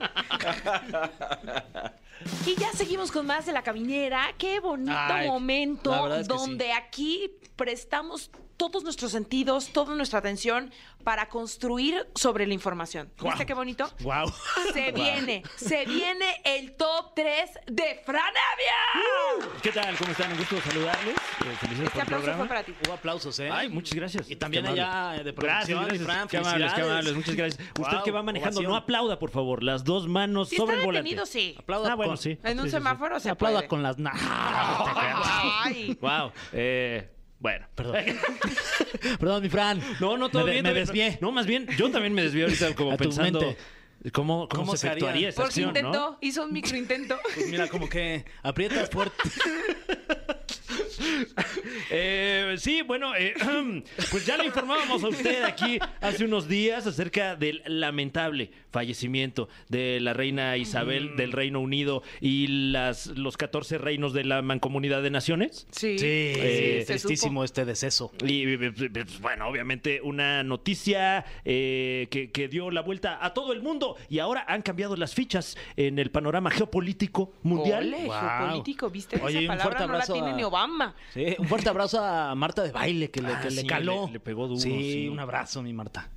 S2: Y ya seguimos con más de la caminera. Qué bonito
S4: Ay,
S2: momento
S4: la verdad es que
S2: donde aquí prestamos todos nuestros sentidos, toda nuestra atención para construir sobre la información. ¿Viste qué bonito?
S4: Wow.
S2: Se viene, se viene el top 3 de
S4: Uh.
S2: Franavia.
S3: ¿Qué tal? ¿Cómo están? Un gusto saludarles. Eh,
S2: Este
S3: Felicidades por el
S2: aplauso
S3: programa.
S2: fue para ti.
S4: Hubo aplausos, ¿eh?
S3: Ay, muchas gracias.
S4: Y también
S3: Qué amable.
S4: allá eh, de producción,
S3: gracias,
S4: mi Fran,
S3: Qué amables, qué
S4: felicidades.
S3: amables. Muchas gracias. Usted
S4: Guau,
S3: que va manejando,
S4: ovación.
S3: no aplauda, por favor. Las dos manos
S2: Si
S3: sobre
S2: está
S3: el volante.
S2: detenido, sí.
S4: Aplauda
S3: Ah, bueno,
S4: con-
S3: sí.
S2: En un semáforo se
S4: aplauda
S2: puede.
S4: con las
S2: Ay.
S3: Wow. Eh, bueno.
S4: Perdón. <laughs>
S3: <laughs>
S4: Perdón, mi Fran.
S3: No, no, todo
S4: me, de-
S3: bien.
S4: Me
S3: todo bien.
S4: desvié.
S3: No, más bien, yo también me desvié ahorita como
S4: <laughs> A tu
S3: pensando
S4: mente.
S3: cómo, cómo,
S4: ¿Cómo
S3: se
S4: se haría?
S3: efectuaría esa
S2: Porque
S3: acción,
S2: intentó,
S3: ¿no?
S2: hizo un
S4: <laughs>
S2: microintento.
S4: Pues mira, como que aprietas fuerte.
S3: Eh, sí, bueno, eh, <clears throat> pues ya le informábamos a usted aquí hace unos días acerca del lamentable fallecimiento de la reina
S4: Mm.
S3: Isabel del Reino Unido y las, los 14 reinos de la Mancomunidad de Naciones.
S2: Sí.
S3: Eh,
S2: se
S4: tristísimo este deceso.
S3: Y pues, bueno, obviamente una noticia eh, que, que dio la vuelta a todo el mundo y ahora han cambiado las fichas en el panorama geopolítico mundial.
S2: Ole,
S4: Wow.
S2: geopolítico, ¿viste?
S4: Oye,
S2: Esa
S4: un fuerte
S2: palabra no la
S4: abrazo
S2: tiene
S4: a-
S2: ni Obama.
S4: Sí, un fuerte abrazo a Marta de baile que le,
S3: Ah,
S4: que le
S3: sí,
S4: caló.
S3: le- le pegó duro,
S4: Sí,
S3: sí.
S4: un abrazo, mi Marta.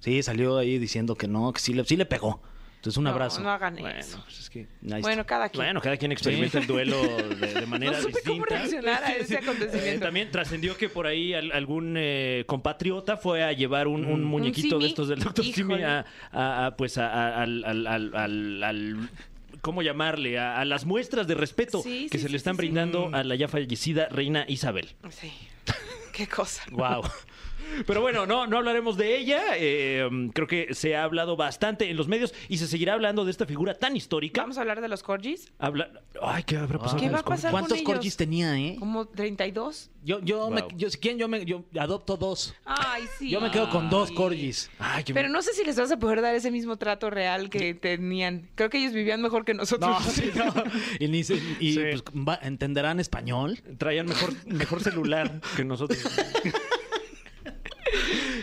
S4: Sí, salió ahí diciendo que no, que sí le, sí le pegó. Entonces, un
S2: No,
S4: abrazo.
S2: No, hagan eso.
S3: Bueno, pues es que...
S4: Ahí está.
S2: Bueno, cada quien.
S3: Bueno, cada quien experimenta el duelo de,
S2: <laughs>
S3: de
S2: no
S3: manera
S2: supe cómo
S3: distinta.
S2: reaccionar a
S4: <laughs>
S2: ese
S3: Eh,
S2: <laughs> acontecimiento.
S3: también trascendió que por ahí al- algún eh, compatriota fue a llevar un, un muñequito
S2: Mm. simi.
S3: de estos del doctor Simi
S2: Híjole.
S3: a, a- a, pues a- a- al, al- al- al- al- ¿Cómo llamarle? A, a las muestras de respeto
S2: Sí, sí,
S3: que se
S2: sí,
S3: le están
S2: sí, Mm. sí.
S3: brindando a la ya fallecida reina Isabel.
S2: Sí. Qué cosa.
S3: Wow. Pero bueno, no, no hablaremos de ella. eh, creo que se ha hablado bastante en los medios y se seguirá hablando de esta figura tan histórica.
S2: Vamos a hablar de los corgis.
S3: Habla- Ay, ¿qué habrá pasado?
S2: ¿Qué
S3: con
S2: va
S3: los
S2: a pasar con
S4: Ah, ¿Cuántos
S2: ellos?
S4: corgis tenía, eh?
S2: Como 32.
S4: Yo, yo, me-
S5: Wow.
S4: yo, si quieren, yo, me, yo adopto dos.
S2: Ay, sí.
S4: Yo me quedo con dos
S2: Ay.
S4: corgis.
S3: Ay, qué
S2: Pero no sé si les vas a poder dar ese mismo trato real que tenían. Creo que ellos vivían mejor que
S4: No, <laughs>
S2: nosotros. <laughs>
S4: sí, no. Y, ni se- y,
S3: Sí.
S4: pues, va- entenderán español.
S3: traían mejor, mejor celular que nosotros.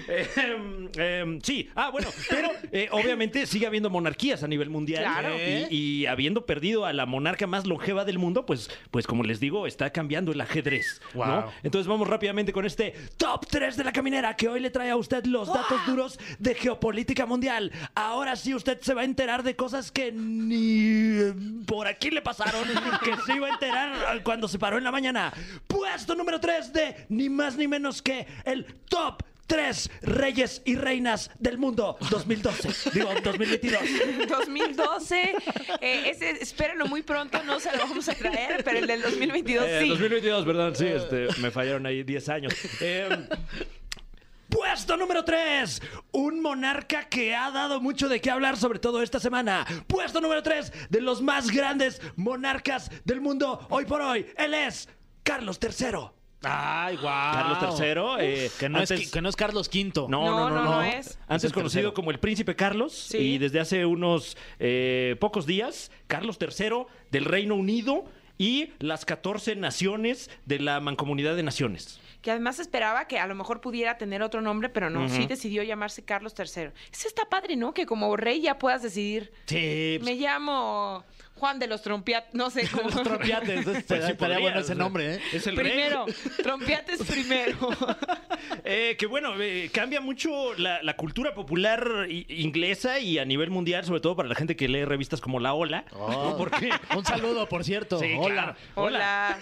S3: Eh, em, em, sí, ah, bueno, pero eh, obviamente sigue habiendo monarquías a nivel mundial.
S2: Claro.
S3: Y, y habiendo perdido a la monarca más longeva del mundo, pues, pues como les digo, está cambiando el ajedrez. ¿no?
S4: Wow.
S3: Entonces vamos rápidamente con este top 3 de la caminera que hoy le trae a usted los datos duros de geopolítica mundial. Ahora sí usted se va a enterar de cosas que ni eh, por aquí le pasaron, que se iba a enterar cuando se paró en la mañana. Puesto número 3 de ni más ni menos que el top. 3 reyes y reinas del mundo 2012. Digo, 2022.
S2: 2012, eh, ese, espérenlo muy pronto, no se lo vamos a traer, pero el del 2022
S3: Eh,
S2: sí.
S3: 2022, perdón, sí, este, me fallaron ahí 10 años. Eh, <laughs> Puesto número 3, un monarca que ha dado mucho de qué hablar, sobre todo esta semana. Puesto número 3, de los más grandes monarcas del mundo hoy por hoy, él es Carlos III.
S4: Ay, guau.
S3: Carlos III, eh,
S4: que, no es,
S3: antes-
S4: qui- que no es Carlos V.
S3: No, no, no, no.
S2: no es.
S3: Antes
S4: Es el
S3: conocido
S4: tercero.
S3: como el príncipe Carlos
S2: Sí.
S3: y desde hace unos eh, pocos días, Carlos III del Reino Unido y las 14 naciones de la Mancomunidad de Naciones.
S2: Que además esperaba que a lo mejor pudiera tener otro nombre, pero no, sí decidió llamarse Carlos III. Eso está padre, ¿no? Que como rey ya puedas decidir,
S4: Sí, pues,
S2: me llamo Juan de los Trompiates, no
S3: <laughs>
S2: sé cómo.
S4: los trompiates. Estaría,
S3: Pues sí
S4: estaría
S3: podría,
S4: bueno
S3: o
S4: ese
S3: sea,
S4: nombre, ¿eh?
S3: Es el rey.
S2: primero, Trompiates
S3: <laughs>
S2: primero.
S3: Eh, que bueno, eh, cambia mucho la, la cultura popular i- inglesa y a nivel mundial, sobre todo para la gente que lee revistas como La Ola. ¿no? <laughs>
S4: <laughs>
S3: Porque,
S4: Oh. Un saludo, por cierto.
S3: Sí,
S4: Ah. Hola.
S3: claro.
S2: Hola.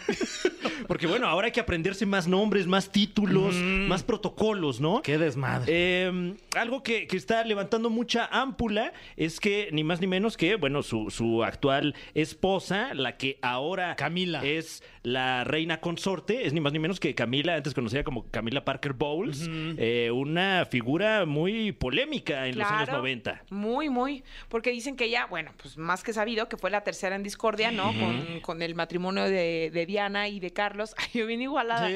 S3: porque bueno, ahora hay que aprenderse más nombres, más títulos, más protocolos, ¿no?
S4: Qué desmadre.
S3: Eh, algo que, que está levantando mucha ámpula es que ni más ni menos que, bueno, su, su actual esposa, la que ahora
S4: Camila.
S3: es la reina consorte, es ni más ni menos que Camila, antes conocida como Camila Parker Bowles, eh, una figura muy polémica en los años
S2: Claro.
S3: 90.
S2: Muy, muy. Porque dicen que ella, bueno, pues más que sabido, que fue la tercera en discordia, ¿no? con, con el matrimonio de, de Diana y de Carlos. <laughs> Ay, yo bien igualada.
S4: Sí,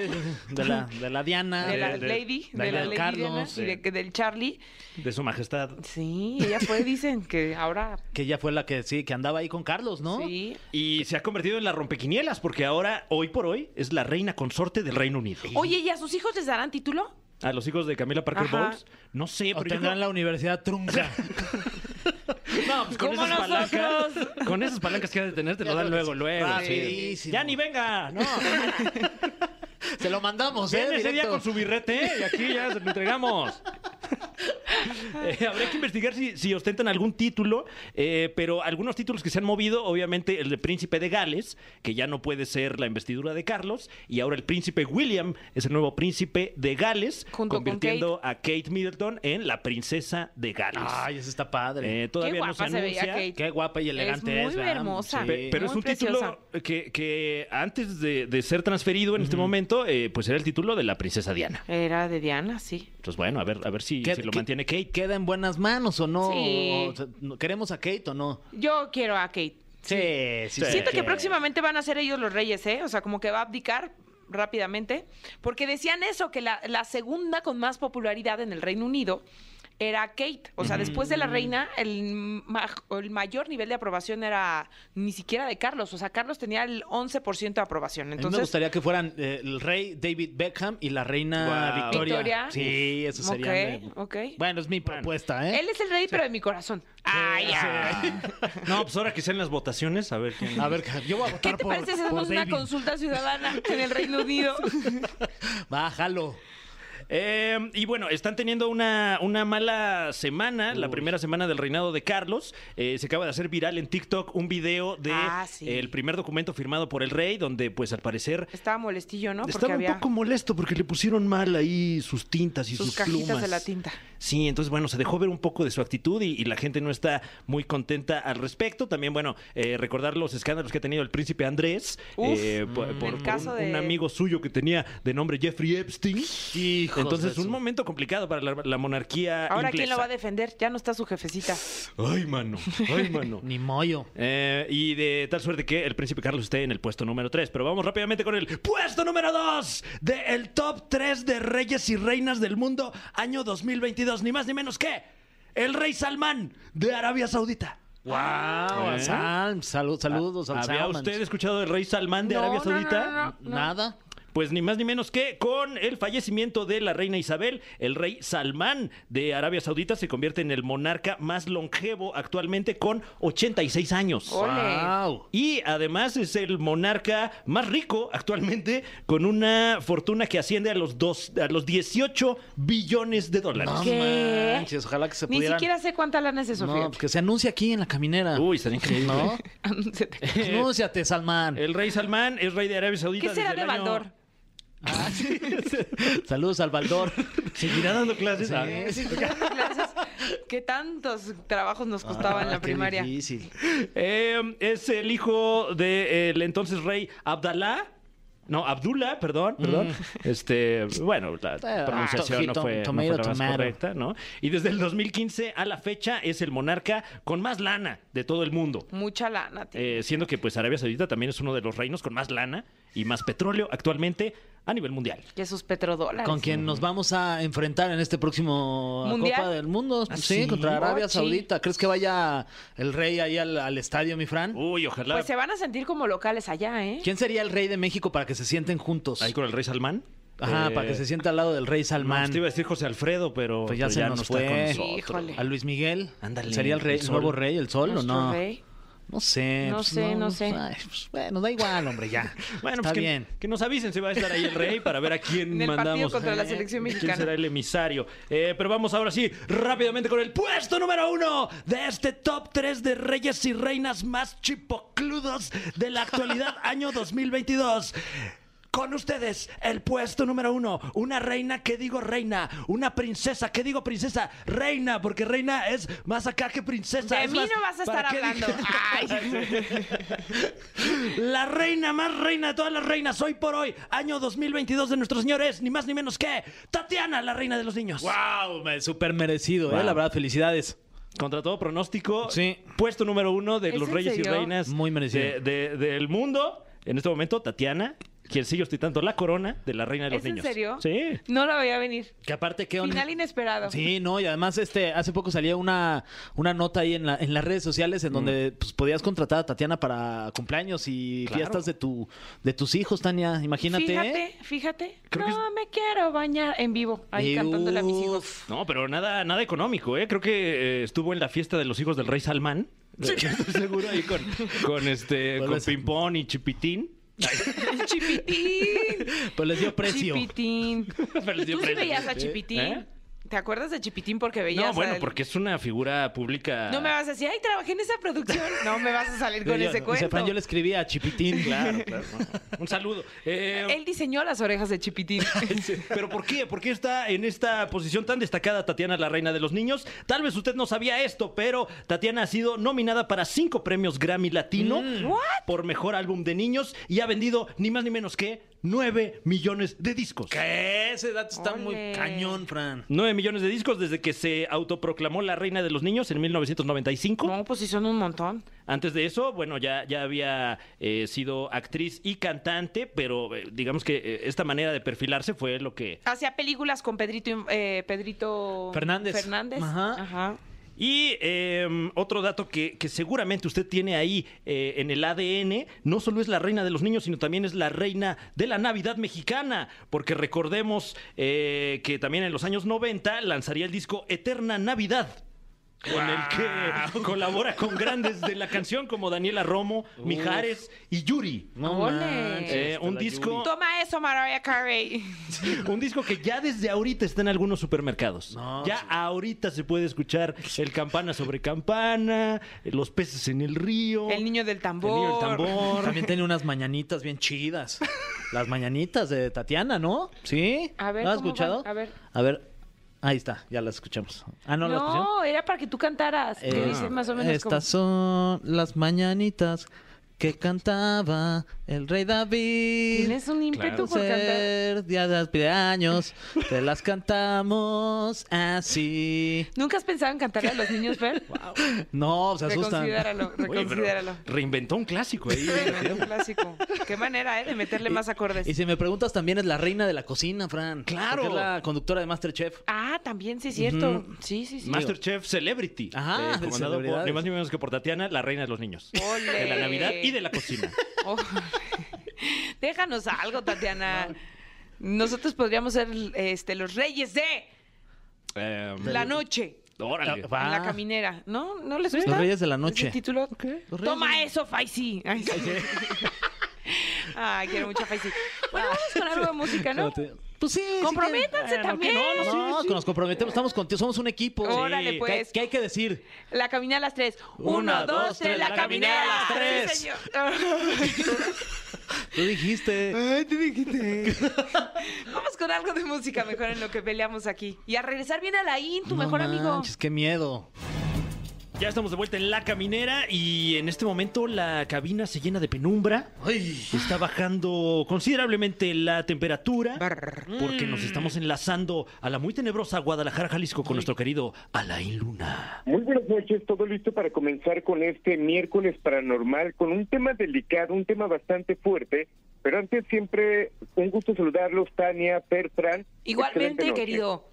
S4: de, la, de la Diana.
S2: De la
S3: de-
S2: Lady,
S4: de-
S2: de la
S4: del
S2: Lady
S4: Carlos,
S2: Diana
S4: sí.
S2: y de, que- del Charlie.
S3: De su majestad.
S2: Sí, ella fue, dicen que ahora
S4: Que ella fue la que sí, que andaba ahí con Carlos, ¿no?
S2: sí.
S3: Y se ha convertido en la rompequinielas porque ahora, hoy por hoy, es la reina consorte del Reino Unido.
S2: Oye, ¿y a sus hijos les darán título?
S3: A los hijos de Camila Parker
S2: Ajá.
S3: Bowles, no sé,
S4: O
S3: pero yo
S4: tendrán
S3: creo-
S4: la universidad trunca.
S3: No, pues <laughs> con
S2: Como
S3: esas palancas.
S2: nosotros.
S3: Con esas palancas que has de tener, te lo dan luego, luego. sí.
S4: Rapidísimo.
S3: Ya ni venga, <laughs> ¿no?
S4: <laughs> Se lo mandamos, ¿eh?
S3: Ven ese día
S4: Directo.
S3: con su birrete ¿eh? y aquí ya se lo entregamos. <laughs> Eh, habría que investigar si, si ostentan algún título, eh, pero algunos títulos que se han movido, obviamente el de Príncipe de Gales, que ya no puede ser la investidura de Carlos, y ahora el Príncipe William es el nuevo Príncipe de Gales,
S2: Junto con
S3: convirtiendo a Kate Middleton en la Princesa de Gales.
S4: Ay, eso está padre.
S3: Eh, todavía
S2: Qué
S3: no se
S2: guapa se veía
S3: anuncia.
S2: Kate.
S4: Qué guapa y elegante
S2: Es
S4: es.
S2: muy
S4: ¿verdad?
S2: hermosa.
S4: Sí.
S3: Pe- pero
S2: Muy
S3: es un
S2: preciosa.
S3: título que, que antes de, de ser transferido en este momento, eh, pues era el título de la princesa Diana.
S2: Era de Diana, sí.
S3: Entonces, bueno, a ver, a ver si,
S4: ¿Qué-
S3: si lo
S4: qué-
S3: mantiene Kate.
S4: ¿Queda en buenas manos o no?
S2: Sí.
S4: O sea, ¿no- ¿Queremos a Kate o no?
S2: Yo quiero a Kate.
S4: Sí, sí.
S2: Siento que próximamente van a ser ellos los reyes, ¿eh? O sea, como que va a abdicar rápidamente. Porque decían eso, que la, la segunda con más popularidad en el Reino Unido era Kate. O sea, después de la reina, el, ma- o el mayor nivel de aprobación era ni siquiera de Carlos. O sea, Carlos tenía el 11% de aprobación.
S4: A mí me
S2: Entonces,
S4: gustaría que fueran eh, el rey David Beckham y la reina
S3: Guau.
S4: Victoria.
S2: Victoria.
S4: Sí, eso sería.
S2: Ok, ok.
S4: Bueno, es mi propuesta, ¿eh?
S2: él es el rey, pero de mi corazón. Ay, ay.
S3: No, pues ahora que sean las votaciones, a ver quién.
S4: A ver, <laughs> yo voy a
S2: ¿Qué
S4: votar
S2: te
S4: por,
S2: parece si
S4: por
S2: hacemos una
S4: David.
S2: consulta ciudadana en el Reino
S4: <laughs>
S2: Unido?
S4: Bájalo.
S3: Eh, y bueno, están teniendo una, una mala semana, la primera semana del reinado de Carlos. Eh, se acaba de hacer viral en TikTok un video de
S2: Ah, sí.
S3: el primer documento firmado por el rey, donde pues al parecer
S2: Estaba molestillo, ¿no? Porque
S3: estaba
S2: había
S3: un poco molesto porque le pusieron mal ahí sus tintas y sus,
S2: sus cajitas
S3: plumas.
S2: de la tinta.
S3: Sí, entonces, bueno, se dejó ver un poco de su actitud y, y la gente no está muy contenta al respecto. También, bueno, eh, recordar los escándalos que ha tenido el príncipe Andrés
S2: Uf, mm,
S3: eh, por, por-
S2: el
S3: por
S2: caso
S3: un, un
S2: de-
S3: amigo suyo que tenía de nombre Jeffrey Epstein.
S4: Hijos
S3: entonces,
S4: de su-
S3: un momento complicado para la, la monarquía
S2: Ahora, ¿quién
S3: inglesa.
S2: lo va a defender? Ya no está su jefecita.
S3: Ay, mano, ay, mano.
S4: Ni mollo.
S3: Eh, y de tal suerte que el príncipe Carlos esté en el puesto número 3. Pero vamos rápidamente con el puesto número 2 del top 3 de reyes y reinas del mundo año 2022. Ni más ni menos que el rey Salmán de Arabia Saudita.
S4: ¡Wow!
S3: ¿Eh?
S4: Saludos, saludos al
S3: Ah, ¿Había
S4: Salman.
S3: usted escuchado del rey Salmán de
S2: No,
S3: Arabia
S2: no, no,
S3: Saudita?
S2: no, no.
S4: Nada.
S3: pues ni más ni menos que con el fallecimiento de la reina Isabel, el rey Salmán de Arabia Saudita se convierte en el monarca más longevo actualmente con 86 años.
S2: Ole.
S4: Wow.
S3: Y además es el monarca más rico actualmente, con una fortuna que asciende a los, dos, a los 18 billones de dólares.
S4: No
S2: ¿Qué?
S4: manches, ojalá que se
S2: Ni
S4: pudieran.
S2: siquiera sé cuánta lana es eso,
S4: No,
S2: fíjate. <laughs>
S4: pues que se anuncie aquí en la caminera.
S3: Uy, estaría increíble. <laughs>
S4: ¿No?
S2: Se te-
S4: Anúnciate, Salmán.
S3: El rey Salmán es rey de Arabia Saudita.
S2: ¿Qué será
S3: desde
S2: de
S3: el año-
S2: Baldor?
S4: Ah, sí. Saludos al Baldor.
S3: <laughs> ¿Seguirá dando clases? Ah,
S2: ¿Qué tantos trabajos nos costaba en
S4: Ah,
S2: la
S4: qué
S2: primaria?
S4: difícil.
S3: eh, es el hijo del entonces rey Abdalá. No, Abdullah, perdón, perdón.
S4: Mm.
S3: Este, bueno, la
S4: Ah,
S3: pronunciación no
S4: to-
S3: fue, no
S4: tomato,
S3: fue la más
S4: tomato.
S3: correcta, ¿no? Y desde el 2015 a la fecha es el monarca con más lana de todo el mundo.
S2: Mucha lana, tío.
S3: Eh, siendo que pues Arabia Saudita también es uno de los reinos con más lana y más petróleo actualmente a nivel mundial.
S2: Y esos petrodólares.
S4: Con quien nos vamos a enfrentar en este próximo
S2: ¿Mundial? Ah,
S4: Copa del Mundo. sí,
S3: sí?
S4: contra Arabia
S2: Mochi.
S4: Saudita. ¿Crees que vaya el rey ahí al, al estadio, mi Fran?
S3: Uy, ojalá.
S2: Pues se van a sentir como locales allá, ¿eh?
S4: ¿Quién sería el rey de México para que se sienten juntos?
S3: Ahí con el rey Salmán.
S4: Ajá,
S3: Eh,
S4: para que se sienta al lado del rey Salmán.
S3: no, te iba a decir José Alfredo, pero
S4: Pues ya
S3: pero
S4: se
S3: no
S4: nos
S3: está
S4: fue.
S3: con nosotros.
S2: Híjole.
S4: a Luis Miguel.
S3: Ándale,
S4: ¿Sería el, rey,
S3: el
S4: el
S3: sol.
S4: nuevo rey, el sol o
S2: Nuestro
S4: no?
S2: rey.
S4: No sé.
S2: No
S4: pues,
S2: sé, no sé.
S4: ay, pues, bueno, da igual,
S2: <laughs>
S4: hombre, ya.
S3: Bueno,
S4: Está
S3: pues que,
S4: bien.
S3: que nos avisen si va a estar ahí el rey para ver a quién
S2: <laughs> En el partido
S3: mandamos. Eh,
S2: contra la selección mexicana.
S3: ¿Quién será el emisario? Eh, pero vamos ahora sí, rápidamente con el puesto número uno de este top 3 de reyes y reinas más chipocludos de
S2: <laughs>
S3: la actualidad, año 2022. Con ustedes, el puesto número uno. Una reina que digo reina. Una princesa que digo princesa. Reina, porque reina es más acá que princesa.
S2: De
S3: Es
S2: mí
S3: más,
S2: no vas a
S3: ¿para
S2: estar
S3: qué
S2: hablando.
S3: dije?
S2: Ay.
S3: La reina más reina de todas las reinas hoy por hoy, año 2022 de nuestros señores, ni más ni menos que Tatiana, la reina de los niños.
S4: ¡Wow! me- Súper merecido, ¿eh?
S3: Wow.
S4: La verdad, felicidades.
S3: Contra todo pronóstico,
S4: Sí.
S3: puesto número uno de
S2: ¿Es
S3: los
S2: en
S3: reyes
S2: serio?
S3: y reinas
S4: Muy merecido.
S3: de- de- del mundo. En este momento, Tatiana, quien sigue ostentando la corona de la reina de los
S2: ¿Es en
S3: niños.
S2: serio?
S3: Sí.
S2: No la veía venir.
S4: Que aparte, ¿qué onda?
S2: Final inesperado.
S4: Sí, no, y además este hace poco salía una, una nota ahí en, la- en las redes sociales en donde pues, podías contratar a Tatiana para cumpleaños y
S3: Claro.
S4: fiestas de tu de tus hijos, Tania, imagínate. ¿eh?
S2: Fíjate, fíjate.
S3: Creo que
S2: no me quiero bañar en vivo, ahí
S4: Y
S2: cantándole a mis
S4: <laughs>
S2: hijos.
S4: uf,
S3: No, pero nada, nada económico, ¿eh? Creo que eh, estuvo en la fiesta de los hijos del rey Salmán. <laughs> Estoy seguro ahí con, con este,
S4: Vuelve
S3: con
S4: a ser-
S3: Pimpón y Chipitín.
S2: Chipitín.
S4: Pues les dio precio.
S2: Chipitín.
S3: Pero les dio
S2: Tú sí
S3: premio.
S2: veías a
S3: ¿Eh?
S2: Chipitín.
S3: ¿Eh?
S2: ¿Te acuerdas de Chipitín porque veías
S3: No, bueno,
S2: al-
S3: porque es una figura pública.
S2: No me vas a decir, ay, trabajé en esa producción. No me vas a salir con
S4: Yo-
S2: ese
S4: dice,
S2: cuento.
S4: Fran, yo le escribí a Chipitín.
S3: Claro, claro. no. Un saludo. Eh,
S2: Él diseñó las orejas de Chipitín.
S3: Pero ¿por qué? ¿Por qué está en esta posición tan destacada Tatiana, la reina de los niños? Tal vez usted no sabía esto, pero Tatiana ha sido nominada para cinco premios Grammy Latino
S2: What?
S3: por mejor álbum de niños y ha vendido ni más ni menos que 9 millones de discos.
S4: ¿Qué? Ese dato está
S2: Ole.
S4: muy cañón, Fran.
S3: 9 millones de discos desde que se autoproclamó la reina de los niños en 1995.
S2: No, pues sí son un montón.
S3: Antes de eso, bueno, ya, ya había eh, sido actriz y cantante, pero eh, digamos que eh, esta manera de perfilarse fue lo que...
S2: Hacía películas con Pedrito, eh, Pedrito
S4: Fernández.
S2: Fernández.
S4: Ajá.
S2: Ajá.
S3: Y eh, otro dato que, que seguramente usted tiene ahí eh, en el ADN, no solo es la reina de los niños, sino también es la reina de la Navidad mexicana, porque recordemos eh, que también en los años 90 lanzaría el disco Eterna Navidad. Con el que colabora con grandes de la canción como Daniela Romo, Mijares y Yuri.
S4: No
S2: Ole.
S4: manches,
S3: Eh,
S4: hasta
S3: un
S4: la
S3: disco-
S4: Yuri.
S2: Toma eso, Mariah Carey.
S3: Un disco que ya desde ahorita está en algunos supermercados.
S4: No,
S3: ya
S4: sí.
S3: ahorita se puede escuchar el campana sobre campana, eh, los peces en el río.
S2: El niño del
S3: Oh. el
S2: tambor.
S3: niño
S2: <laughs>
S3: del tambor.
S4: También tiene unas mañanitas bien chidas. Las mañanitas de Tatiana, ¿no? ¿Sí?
S2: A ver,
S4: ¿No has
S2: ¿cómo
S4: escuchado?
S2: van? A ver.
S4: A ver. Ahí está, ya las escuchamos. Ah, no, las escuchamos.
S2: No, era para que tú cantaras. Que
S4: Eh,
S2: dices más o menos como-
S4: Estas son las mañanitas que cantaba el rey David.
S2: Tienes un ímpetu por cantar.
S4: Ser día de cumpleaños, te las cantamos así.
S2: ¿Nunca has pensado en cantarle a los niños, Fer?
S4: No, se asustan.
S2: Reconsidéralo,
S3: Oye, pero
S2: reconsidéralo.
S3: reinventó un clásico ahí.
S2: Un clásico. Qué manera, ¿eh? De meterle más acordes.
S4: Y si me preguntas, también es la reina de la cocina, Fran.
S3: Claro.
S4: Porque es la conductora de Masterchef.
S2: Ah, también, sí, es cierto. Sí, sí, sí.
S3: Masterchef Celebrity. Eh,
S4: Ajá, de
S3: comandado por,
S4: celebridades.
S3: ni más ni menos que por Tatiana, la reina de los niños.
S2: Ole. <laughs>
S3: De la Navidad y de la cocina.
S2: Oh. Déjanos algo, Tatiana. Nosotros podríamos ser este, los reyes de
S5: Eh,
S3: Em,
S2: la noche.
S5: órale.
S4: Ah, va.
S2: En la caminera. ¿No? ¿No les gusta?
S4: Los Reyes de la Noche.
S2: ¿Ese título?
S4: Los Reyes
S2: Toma
S4: de-
S2: eso, Faisy. Ay,
S4: <laughs>
S2: sí. Ay, quiero mucho a Faisy. Bueno, vamos con algo de música, ¿no?
S4: Pues sí. sí que-
S2: Comprométanse
S4: Bueno, que
S2: también.
S4: No, no, no, que nos comprometemos. Estamos contigo. Somos un equipo.
S2: Órale,
S4: ¿Qué-
S2: pues.
S4: ¿Qué, hay que decir?
S2: La caminera a las tres.
S4: Una,
S2: Uno,
S4: dos,
S2: dos, tres,
S4: tres,
S2: la
S4: la
S2: caminera a las tres. Sí, señor. <laughs>
S4: Tú dijiste.
S2: Vamos con algo de música mejor en lo que peleamos aquí. Y a regresar viene Alain, tu mejor amigo.
S4: manches, qué miedo.
S3: Ya estamos de vuelta en la caminera y en este momento la cabina se llena de penumbra.
S4: Ay.
S3: Está bajando considerablemente la temperatura
S2: Brr.
S3: porque nos estamos enlazando a la muy tenebrosa Guadalajara, Jalisco con nuestro querido Alain Luna.
S6: Muy buenas noches, todo listo para comenzar con este miércoles paranormal, con un tema delicado, un tema bastante fuerte, pero antes siempre un gusto saludarlos, Tania, Bertrand. Excelente
S2: Igualmente,
S6: noche.
S2: querido.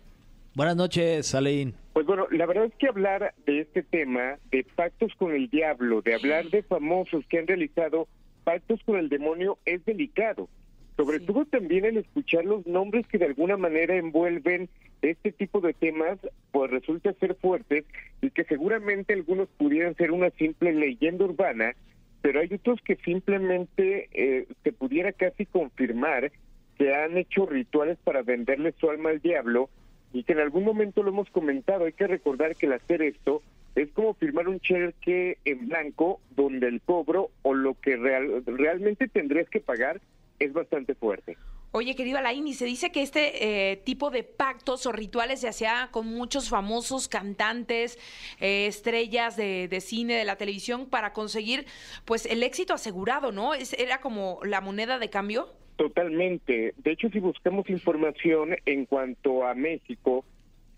S4: Buenas noches, Aleín.
S6: Pues bueno, la verdad es que hablar de este tema, de pactos con el diablo, de hablar de famosos que han realizado pactos con el demonio, es delicado. Sobre
S2: Sí.
S6: todo también el escuchar los nombres que de alguna manera envuelven este tipo de temas, pues resulta ser fuertes y que seguramente algunos pudieran ser una simple leyenda urbana, pero hay otros que simplemente eh, se pudiera casi confirmar que han hecho rituales para venderle su alma al diablo y que en algún momento lo hemos comentado, hay que recordar que el hacer esto es como firmar un cheque en blanco donde el cobro o lo que real- realmente tendrías que pagar es bastante fuerte.
S2: Oye, querido Alain, y se dice que este eh, tipo de pactos o rituales se hacía con muchos famosos cantantes, eh, estrellas de, de cine, de la televisión, para conseguir pues el éxito asegurado, ¿no? Es- era como la moneda de cambio.
S6: Totalmente. De hecho, si buscamos información en cuanto a México,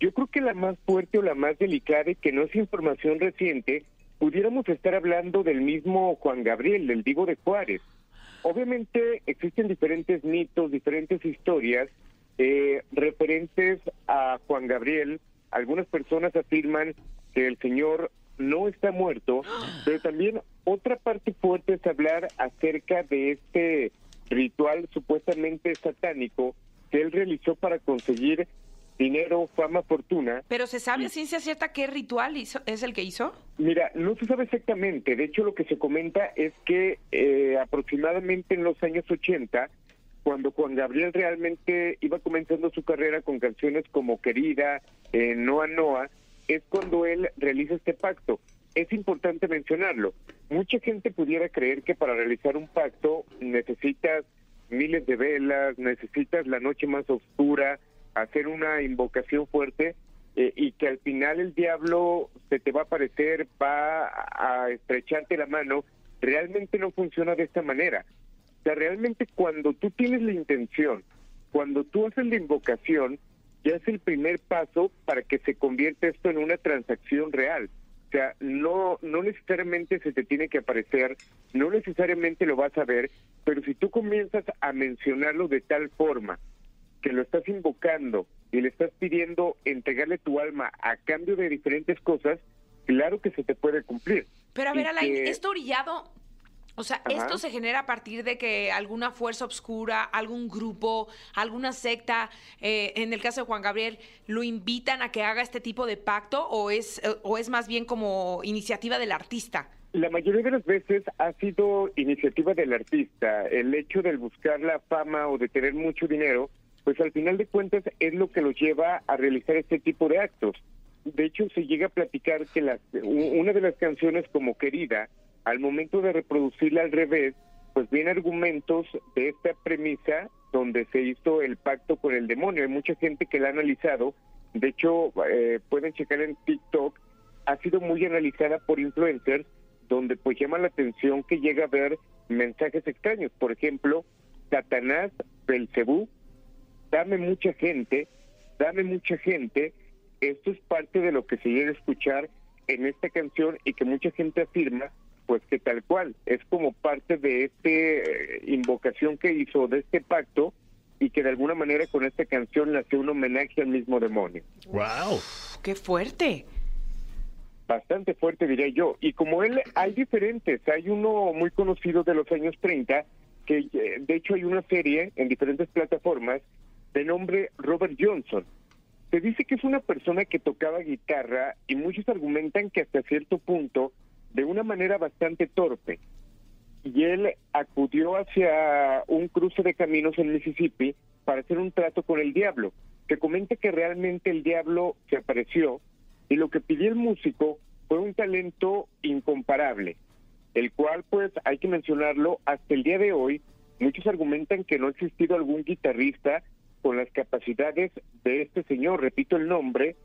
S6: yo creo que la más fuerte o la más delicada y que no es información reciente, pudiéramos estar hablando del mismo Juan Gabriel, del Divo de Juárez. Obviamente existen diferentes mitos, diferentes historias eh, referentes a Juan Gabriel. Algunas personas afirman que el señor no está muerto, pero también otra parte fuerte es hablar acerca de este ritual supuestamente satánico que él realizó para conseguir dinero, fama, fortuna.
S2: Pero se sabe a ciencia cierta qué ritual hizo- es el que hizo.
S6: Mira, no se sabe exactamente. De hecho, lo que se comenta es que eh, aproximadamente en los años 80, cuando Juan Gabriel realmente iba comenzando su carrera con canciones como Querida, eh, Noa Noa, es cuando él realiza este pacto. Es importante mencionarlo. Mucha gente pudiera creer que para realizar un pacto necesitas miles de velas, necesitas la noche más oscura, hacer una invocación fuerte eh, y que al final el diablo se te va a aparecer, va a estrecharte la mano, realmente no funciona de esta manera. O sea, realmente cuando tú tienes la intención, cuando tú haces la invocación, ya es el primer paso para que se convierta esto en una transacción real. O sea, no, no necesariamente se te tiene que aparecer, no necesariamente lo vas a ver, pero si tú comienzas a mencionarlo de tal forma que lo estás invocando y le estás pidiendo entregarle tu alma a cambio de diferentes cosas, claro que se te puede cumplir.
S2: Pero a
S6: Y
S2: ver, Alain,
S6: que-
S2: esto orillado, o sea,
S6: Ajá.
S2: esto se genera a partir de que alguna fuerza oscura, algún grupo, alguna secta, eh, en el caso de Juan Gabriel, lo invitan a que haga este tipo de pacto o es, eh, o es más bien como iniciativa del artista.
S6: La mayoría de las veces ha sido iniciativa del artista. El hecho del buscar la fama o de tener mucho dinero, pues al final de cuentas es lo que lo lleva a realizar este tipo de actos. De hecho, se llega a platicar que las- u- una de las canciones como Querida, al momento de reproducirla al revés, pues viene argumentos de esta premisa donde se hizo el pacto con el demonio. Hay mucha gente que la ha analizado. De hecho, eh, pueden checar en TikTok ha sido muy analizada por influencers, donde pues llama la atención que llega a haber mensajes extraños. Por ejemplo, Satanás, Belcebú, dame mucha gente, dame mucha gente. Esto es parte de lo que se llega a escuchar en esta canción y que mucha gente afirma, pues que tal cual, es como parte de esta invocación que hizo, de este pacto, y que de alguna manera con esta canción le hace un homenaje al mismo demonio.
S3: ¡Wow!
S2: Uf, ¡Qué fuerte!
S6: bastante fuerte, diría yo. Y como él, hay diferentes. Hay uno muy conocido de los años 30, que eh, de hecho hay una serie en diferentes plataformas de nombre Robert Johnson. Se dice que es una persona que tocaba guitarra y muchos argumentan que hasta cierto punto de una manera bastante torpe. Y él acudió hacia un cruce de caminos en Mississippi para hacer un trato con el diablo. Se comenta que realmente el diablo se apareció y lo que pidió el músico fue un talento incomparable, el cual pues hay que mencionarlo hasta el día de hoy. Muchos argumentan que no ha existido algún guitarrista con las capacidades de este señor, repito el nombre,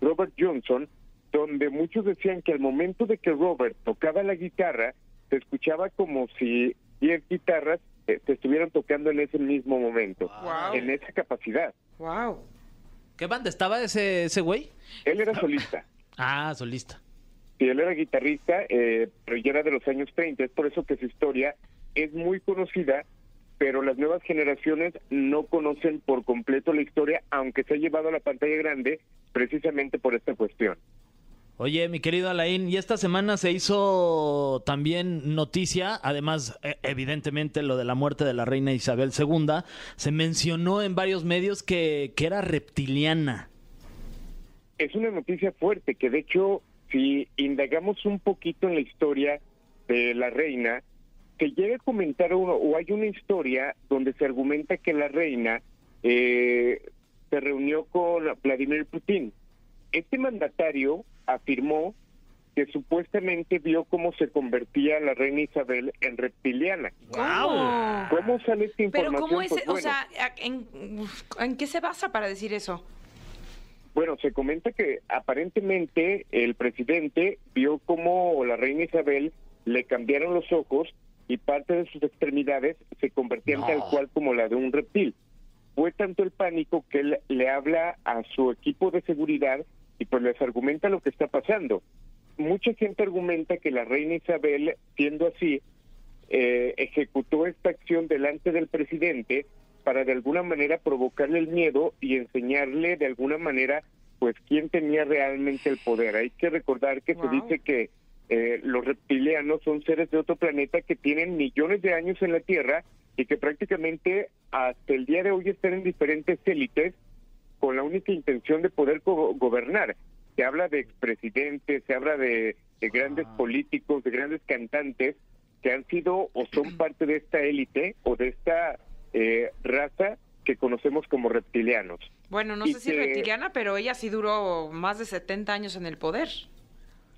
S6: Robert Johnson, donde muchos decían que al momento de que Robert tocaba la guitarra, se escuchaba como si 10 guitarras eh, se estuvieran tocando en ese mismo momento,
S2: Wow.
S6: en esa capacidad.
S2: Wow.
S4: ¿Qué banda estaba ese, ese güey?
S6: Él era solista.
S4: Ah, solista.
S6: Sí, él era guitarrista, eh, pero ya era de los años 30, es por eso que su historia es muy conocida, pero las nuevas generaciones no conocen por completo la historia, aunque se ha llevado a la pantalla grande precisamente por esta cuestión.
S4: Oye, mi querido Alain, y esta semana se hizo también noticia, además, e- evidentemente, lo de la muerte de la reina Isabel II. Se mencionó en varios medios que, que era reptiliana.
S6: Es una noticia fuerte que de hecho, si indagamos un poquito en la historia de la reina, que llega a comentar uno, o hay una historia donde se argumenta que la reina eh, se reunió con Vladimir Putin. Este mandatario afirmó que supuestamente vio cómo se convertía la reina Isabel en reptiliana.
S2: ¿Cómo?
S6: ¿Cómo sale esta
S2: Ah. Pero
S6: información?
S2: cómo es, e-,
S6: Pues,
S2: o
S6: bueno,
S2: sea, ¿a- en, uf, ¿en qué se basa para decir eso?
S6: Bueno, se comenta que aparentemente el presidente vio cómo la reina Isabel le cambiaron los ojos y parte de sus extremidades se convertían tal cual como la de un reptil. Fue tanto el pánico que él le habla a su equipo de seguridad y pues les argumenta lo que está pasando. Mucha gente argumenta que la reina Isabel, siendo así, eh, ejecutó esta acción delante del presidente para de alguna manera provocarle el miedo y enseñarle de alguna manera pues quién tenía realmente el poder. Hay que recordar que
S2: Wow.
S6: se dice que eh, los reptilianos son seres de otro planeta que tienen millones de años en la Tierra y que prácticamente hasta el día de hoy están en diferentes élites con la única intención de poder go- gobernar. Se habla de expresidentes, se habla de, de grandes
S2: Ah.
S6: políticos, de grandes cantantes que han sido o son
S2: <clears throat>
S6: parte de esta élite o de esta eh, raza que conocemos como reptilianos.
S2: Bueno, no
S6: Y
S2: sé si
S6: que-
S2: reptiliana, pero ella sí duró más de 70 años en el poder.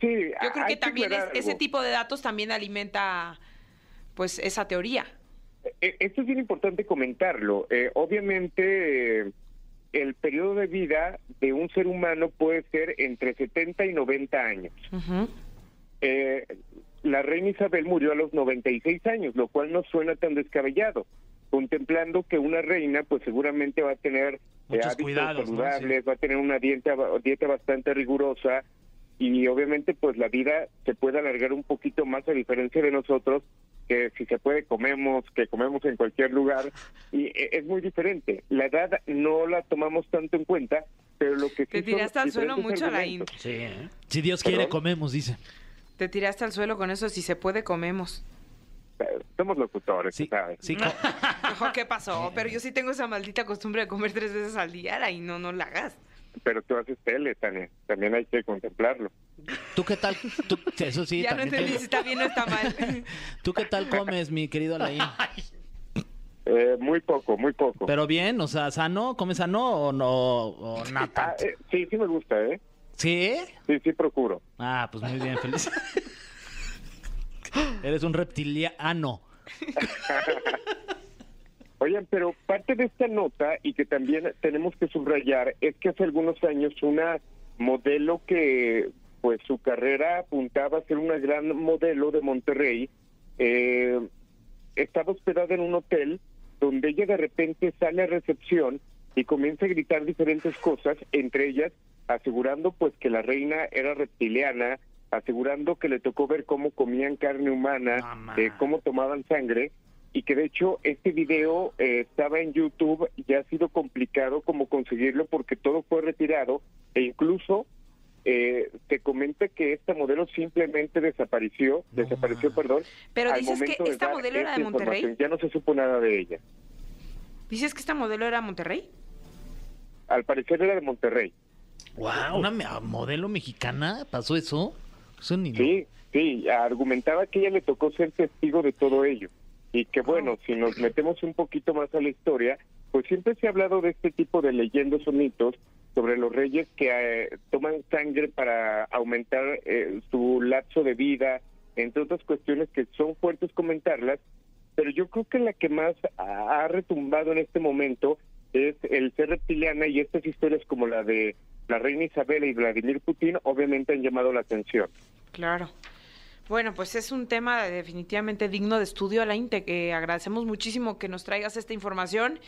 S6: Sí,
S2: Yo creo
S6: hay
S2: que también es-
S6: aclarar
S2: ese
S6: algo.
S2: tipo de datos también alimenta pues esa teoría.
S6: Eh, Esto es bien importante comentarlo. Eh, obviamente, eh, el periodo de vida de un ser humano puede ser entre 70 y 90 años. Eh, la reina Isabel murió a los 96 años, lo cual no suena tan descabellado, contemplando que una reina pues seguramente va a tener eh,
S4: Muchos
S6: hábitos
S4: cuidados, ¿no?
S6: saludables,
S4: Sí.
S6: va a tener una dieta, dieta bastante rigurosa y obviamente pues la vida se puede alargar un poquito más a diferencia de nosotros que si se puede comemos, que comemos en cualquier lugar y eh, es muy diferente. La edad no la tomamos tanto en cuenta, pero lo que sí
S2: Te
S6: son
S2: tiraste al suelo
S6: diferentes
S2: mucho, Alain.
S6: argumentos.
S4: Si Dios quiere,
S6: ¿Perdón?
S4: comemos, dice.
S2: Te tiraste al suelo con eso, si se puede comemos.
S6: Eh, Somos locutores,
S4: Sí,
S6: ¿sabes?
S4: sí, co-
S2: Ojo, ¿qué pasó? Pero yo sí tengo esa maldita costumbre de comer tres veces al día, Alain, no, no la hagas.
S6: pero tú haces tele, Tania. También hay que contemplarlo.
S4: ¿Tú qué tal? Tú- eso sí,
S2: <laughs> ya no
S4: también
S2: entendí si
S4: te-
S2: está bien o está
S4: <laughs>
S2: mal.
S4: ¿Tú qué tal comes, mi querido Alain?
S6: Eh, muy poco, muy poco.
S4: Pero bien, o sea, ¿sano? ¿Comes sano o no? O no
S6: Ah,
S4: tanto?
S6: eh, sí, sí me gusta, ¿eh?
S4: ¿Sí?
S6: Sí, sí procuro.
S4: Ah, pues muy bien, feliz. Eres un reptiliano.
S6: Oigan, pero parte de esta nota y que también tenemos que subrayar es que hace algunos años una modelo que pues su carrera apuntaba a ser una gran modelo de Monterrey eh, estaba hospedada en un hotel donde ella de repente sale a recepción y comienza a gritar diferentes cosas, entre ellas asegurando pues que la reina era reptiliana, asegurando que le tocó ver cómo comían carne humana,
S4: Mamá.
S6: eh, cómo tomaban sangre y que de hecho este video eh, estaba en YouTube y ha sido complicado como conseguirlo porque todo fue retirado e incluso eh, te comenta que esta modelo simplemente desapareció, desapareció, perdón.
S2: Pero
S6: al
S2: dices que
S6: momento de
S2: esta
S6: dar
S2: modelo era de
S6: esta
S2: Monterrey.
S6: información. Ya no se supo nada de ella.
S2: ¿Dices que esta modelo era Monterrey?
S6: Al parecer era de Monterrey.
S4: Wow. ¿Una me- modelo mexicana pasó eso? Eso ni
S6: Sí, sí, argumentaba que ella le tocó ser testigo de todo ello. Y que bueno, si nos metemos un poquito más a la historia, pues siempre se ha hablado de este tipo de leyendas o mitos sobre los reyes que eh, toman sangre para aumentar eh, su lapso de vida, entre otras cuestiones que son fuertes comentarlas, pero yo creo que la que más ha ha retumbado en este momento es el ser reptiliana y estas historias como la de la reina Isabel y Vladimir Putin obviamente han llamado la atención.
S2: Claro. Bueno, pues es un tema definitivamente digno de estudio, Alain. Te que agradecemos muchísimo que nos traigas esta información.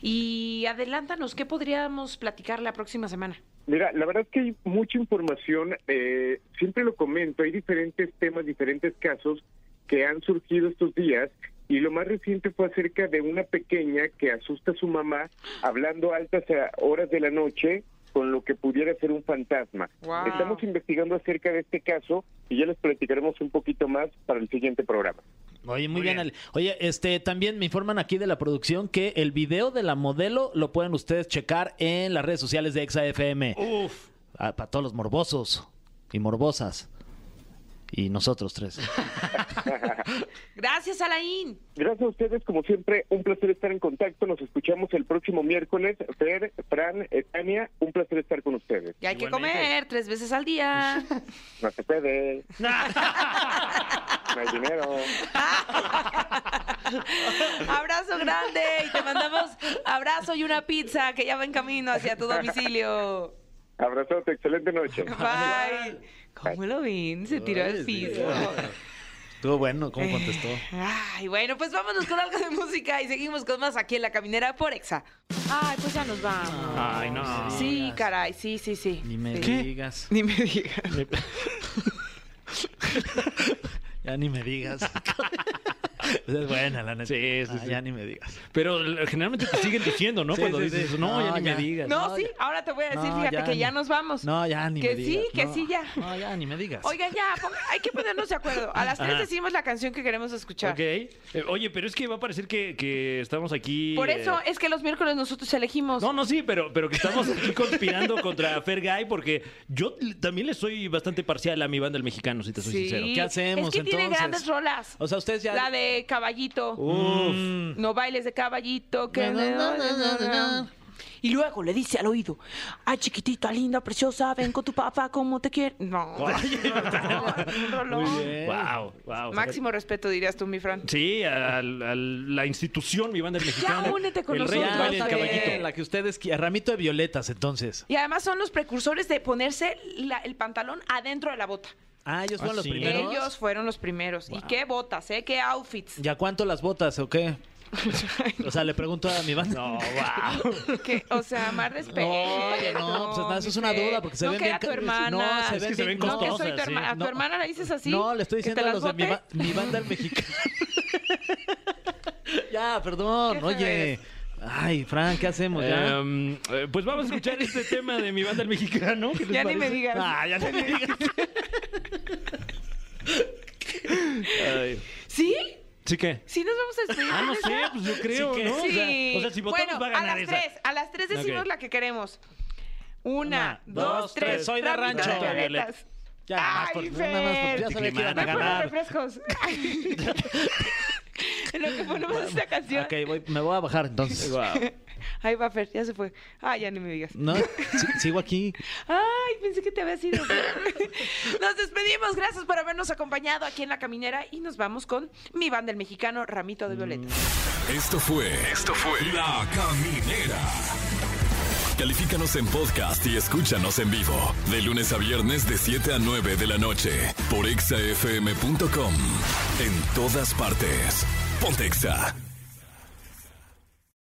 S2: Y adelántanos, ¿qué podríamos platicar la próxima semana?
S6: Mira, la verdad es que hay mucha información, eh, siempre lo comento, hay diferentes temas, diferentes casos que han surgido estos días y lo más reciente fue acerca de una pequeña que asusta a su mamá hablando a altas eh, horas de la noche con lo que pudiera ser un fantasma.
S2: Wow.
S6: Estamos investigando acerca de este caso y ya les platicaremos un poquito más para el siguiente programa.
S4: Oye, muy, bien. Ale. Oye, este, también me informan aquí de la producción que el video de la modelo lo pueden ustedes checar en las redes sociales de Exa FM.
S3: Uf.
S4: Ah, para todos los morbosos y morbosas. Y nosotros tres.
S2: Gracias, Alain.
S6: Gracias a ustedes, como siempre, un placer estar en contacto. Nos escuchamos el próximo miércoles. Fer, Fran, eh, Tania, un placer estar con ustedes.
S2: Y hay que
S3: Igualmente.
S2: comer tres veces al día. <laughs>
S6: No se puede. No hay dinero.
S2: abrazo grande y te mandamos abrazo y una pizza que ya va en camino hacia tu domicilio.
S6: Abrazote, excelente noche.
S2: Bye. ¿Cómo lo ven? Se <laughs> tiró al piso. Eh.
S4: Estuvo bueno, ¿cómo contestó?
S2: Ay, bueno, pues vámonos con algo de música y seguimos con más aquí en La Caminera por Exa. Ay, pues ya nos vamos.
S3: Ay, no.
S2: Sí, caray, sí, sí, sí.
S4: Ni me
S2: Sí.
S4: digas.
S2: Ni me digas.
S4: Ya ni me digas. <laughs> es buena, la neta.
S3: Sí, sí,
S4: Ah,
S3: sí.
S4: Ya ni me digas.
S3: Pero eh, generalmente te siguen diciendo, ¿no?
S4: Sí,
S3: Cuando
S4: sí, sí.
S3: dices, no, ya
S4: No,
S3: ni
S4: ya.
S3: me digas.
S2: No,
S4: No,
S2: sí,
S4: ya.
S2: ahora te voy a decir,
S4: No,
S2: fíjate
S4: ya
S2: que ya
S4: ni-
S2: nos vamos.
S4: No, ya ni
S2: Que
S4: me
S2: sí,
S4: digas.
S2: que
S4: No,
S2: sí,
S4: <laughs>
S2: ya.
S4: No, ya ni me digas.
S2: Oigan, ya, ponga- hay que ponernos de acuerdo. A las tres
S3: Ajá.
S2: decimos la canción que queremos escuchar.
S3: Ok. Eh, oye, pero es que va a parecer que, que estamos aquí.
S2: Por
S3: eh,
S2: eso es que los miércoles nosotros elegimos.
S3: No, no, sí, pero, pero que estamos aquí conspirando contra Fergay porque yo l- también le soy bastante parcial a mi banda el mexicano, si te soy
S2: Sí.
S3: sincero.
S4: ¿Qué hacemos,
S2: Es que tiene
S4: entonces?
S2: grandes rolas.
S4: O sea, ustedes ya.
S2: La de caballito.
S4: Mm.
S2: No bailes de caballito. Que...
S4: Na, na, na, na, na, na.
S2: Y luego le dice al oído, ay chiquitita, linda, preciosa, ven con tu papá, como te quiere. <laughs> No, no, un rolón.
S4: Muy bien.
S3: Wow, wow.
S2: Eh. Máximo respeto dirías tú, mi Fran.
S3: Sí, a, a la institución, mi banda el mexicano.
S2: únete con
S3: el rey
S2: nosotros,
S3: del baile del
S2: Fer.
S3: caballito.
S4: La que ustedes quieran. Ramito de violetas, entonces.
S2: Y además son los precursores de ponerse la- el pantalón adentro de la bota.
S4: Ah, ellos fueron
S3: Ah,
S4: los
S3: sí.
S4: primeros.
S2: Ellos fueron los primeros. Y qué botas, ¿eh? Qué outfits.
S4: ¿Ya cuánto las botas
S2: <laughs>
S4: o qué? O sea, le pregunto a mi banda.
S3: No, wow.
S2: Que, o sea, más respeto.
S4: Oye, no, pues, nada, eso es
S2: mi
S4: una
S2: Fer.
S4: duda, porque se
S2: no
S4: ven
S2: que
S4: bien
S2: a tu
S4: ca-
S2: hermana.
S4: no, se
S3: Es ven que se bien- ven
S2: No, que soy
S3: costosas,
S2: tu
S3: sí.
S2: hermana. ¿A tu
S4: No.
S2: hermana la dices así?
S4: No, le estoy
S2: ¿Que te
S4: diciendo a
S2: las
S4: los de mi,
S2: bote?
S4: ba- mi banda el mexicano.
S2: <laughs>
S4: ya, perdón,
S2: ¿Qué
S4: oye.
S2: ves?
S4: Ay, Frank, ¿qué hacemos ya?
S3: Em, eh, pues vamos a escuchar este tema de mi banda el mexicano. ¿qué les
S2: Ya ni
S3: parece?
S2: me digas.
S3: Ah, ya ni me
S2: <laughs>
S3: digas. Ay.
S2: ¿Sí?
S3: ¿Sí qué?
S2: ¿Sí nos vamos a despedir?
S3: Ah,
S2: <laughs>
S3: no sé,
S2: ¿Neta?
S3: pues yo creo,
S4: que-
S3: ¿no? O sea,
S2: Sí.
S3: O sea, si votamos
S2: bueno,
S3: va a ganar
S2: a las
S3: esa.
S2: tres. A las tres decimos
S3: Ok.
S2: la que queremos. Una,
S4: Una,
S2: dos,
S4: dos,
S2: tres.
S4: tres. Soy de
S2: Ramito
S4: rancho.
S2: violetas.
S4: Ya, nada más
S2: Ay,
S4: por- nada más por- ya
S2: Fer.
S4: sabía que iban
S2: Me
S4: a
S2: ponen
S4: ganar. <laughs>
S2: refrescos. <laughs> En Lo que ponemos esta canción.
S4: Ok, voy, me voy a bajar entonces.
S2: Ahí va Fer, ya se fue. Ah, ya ni me digas. <laughs>
S4: No, si- sigo aquí.
S2: Ay, pensé que te había sido. <laughs> Nos despedimos. Gracias por habernos acompañado aquí en La Caminera y nos vamos con mi banda el mexicano Ramito de Violeta.
S1: Esto fue. Esto fue. La Caminera. Califícanos en podcast y escúchanos en vivo. De lunes a viernes de 7 a 9 de la noche. Por exafm.com. En todas partes. Pontexa.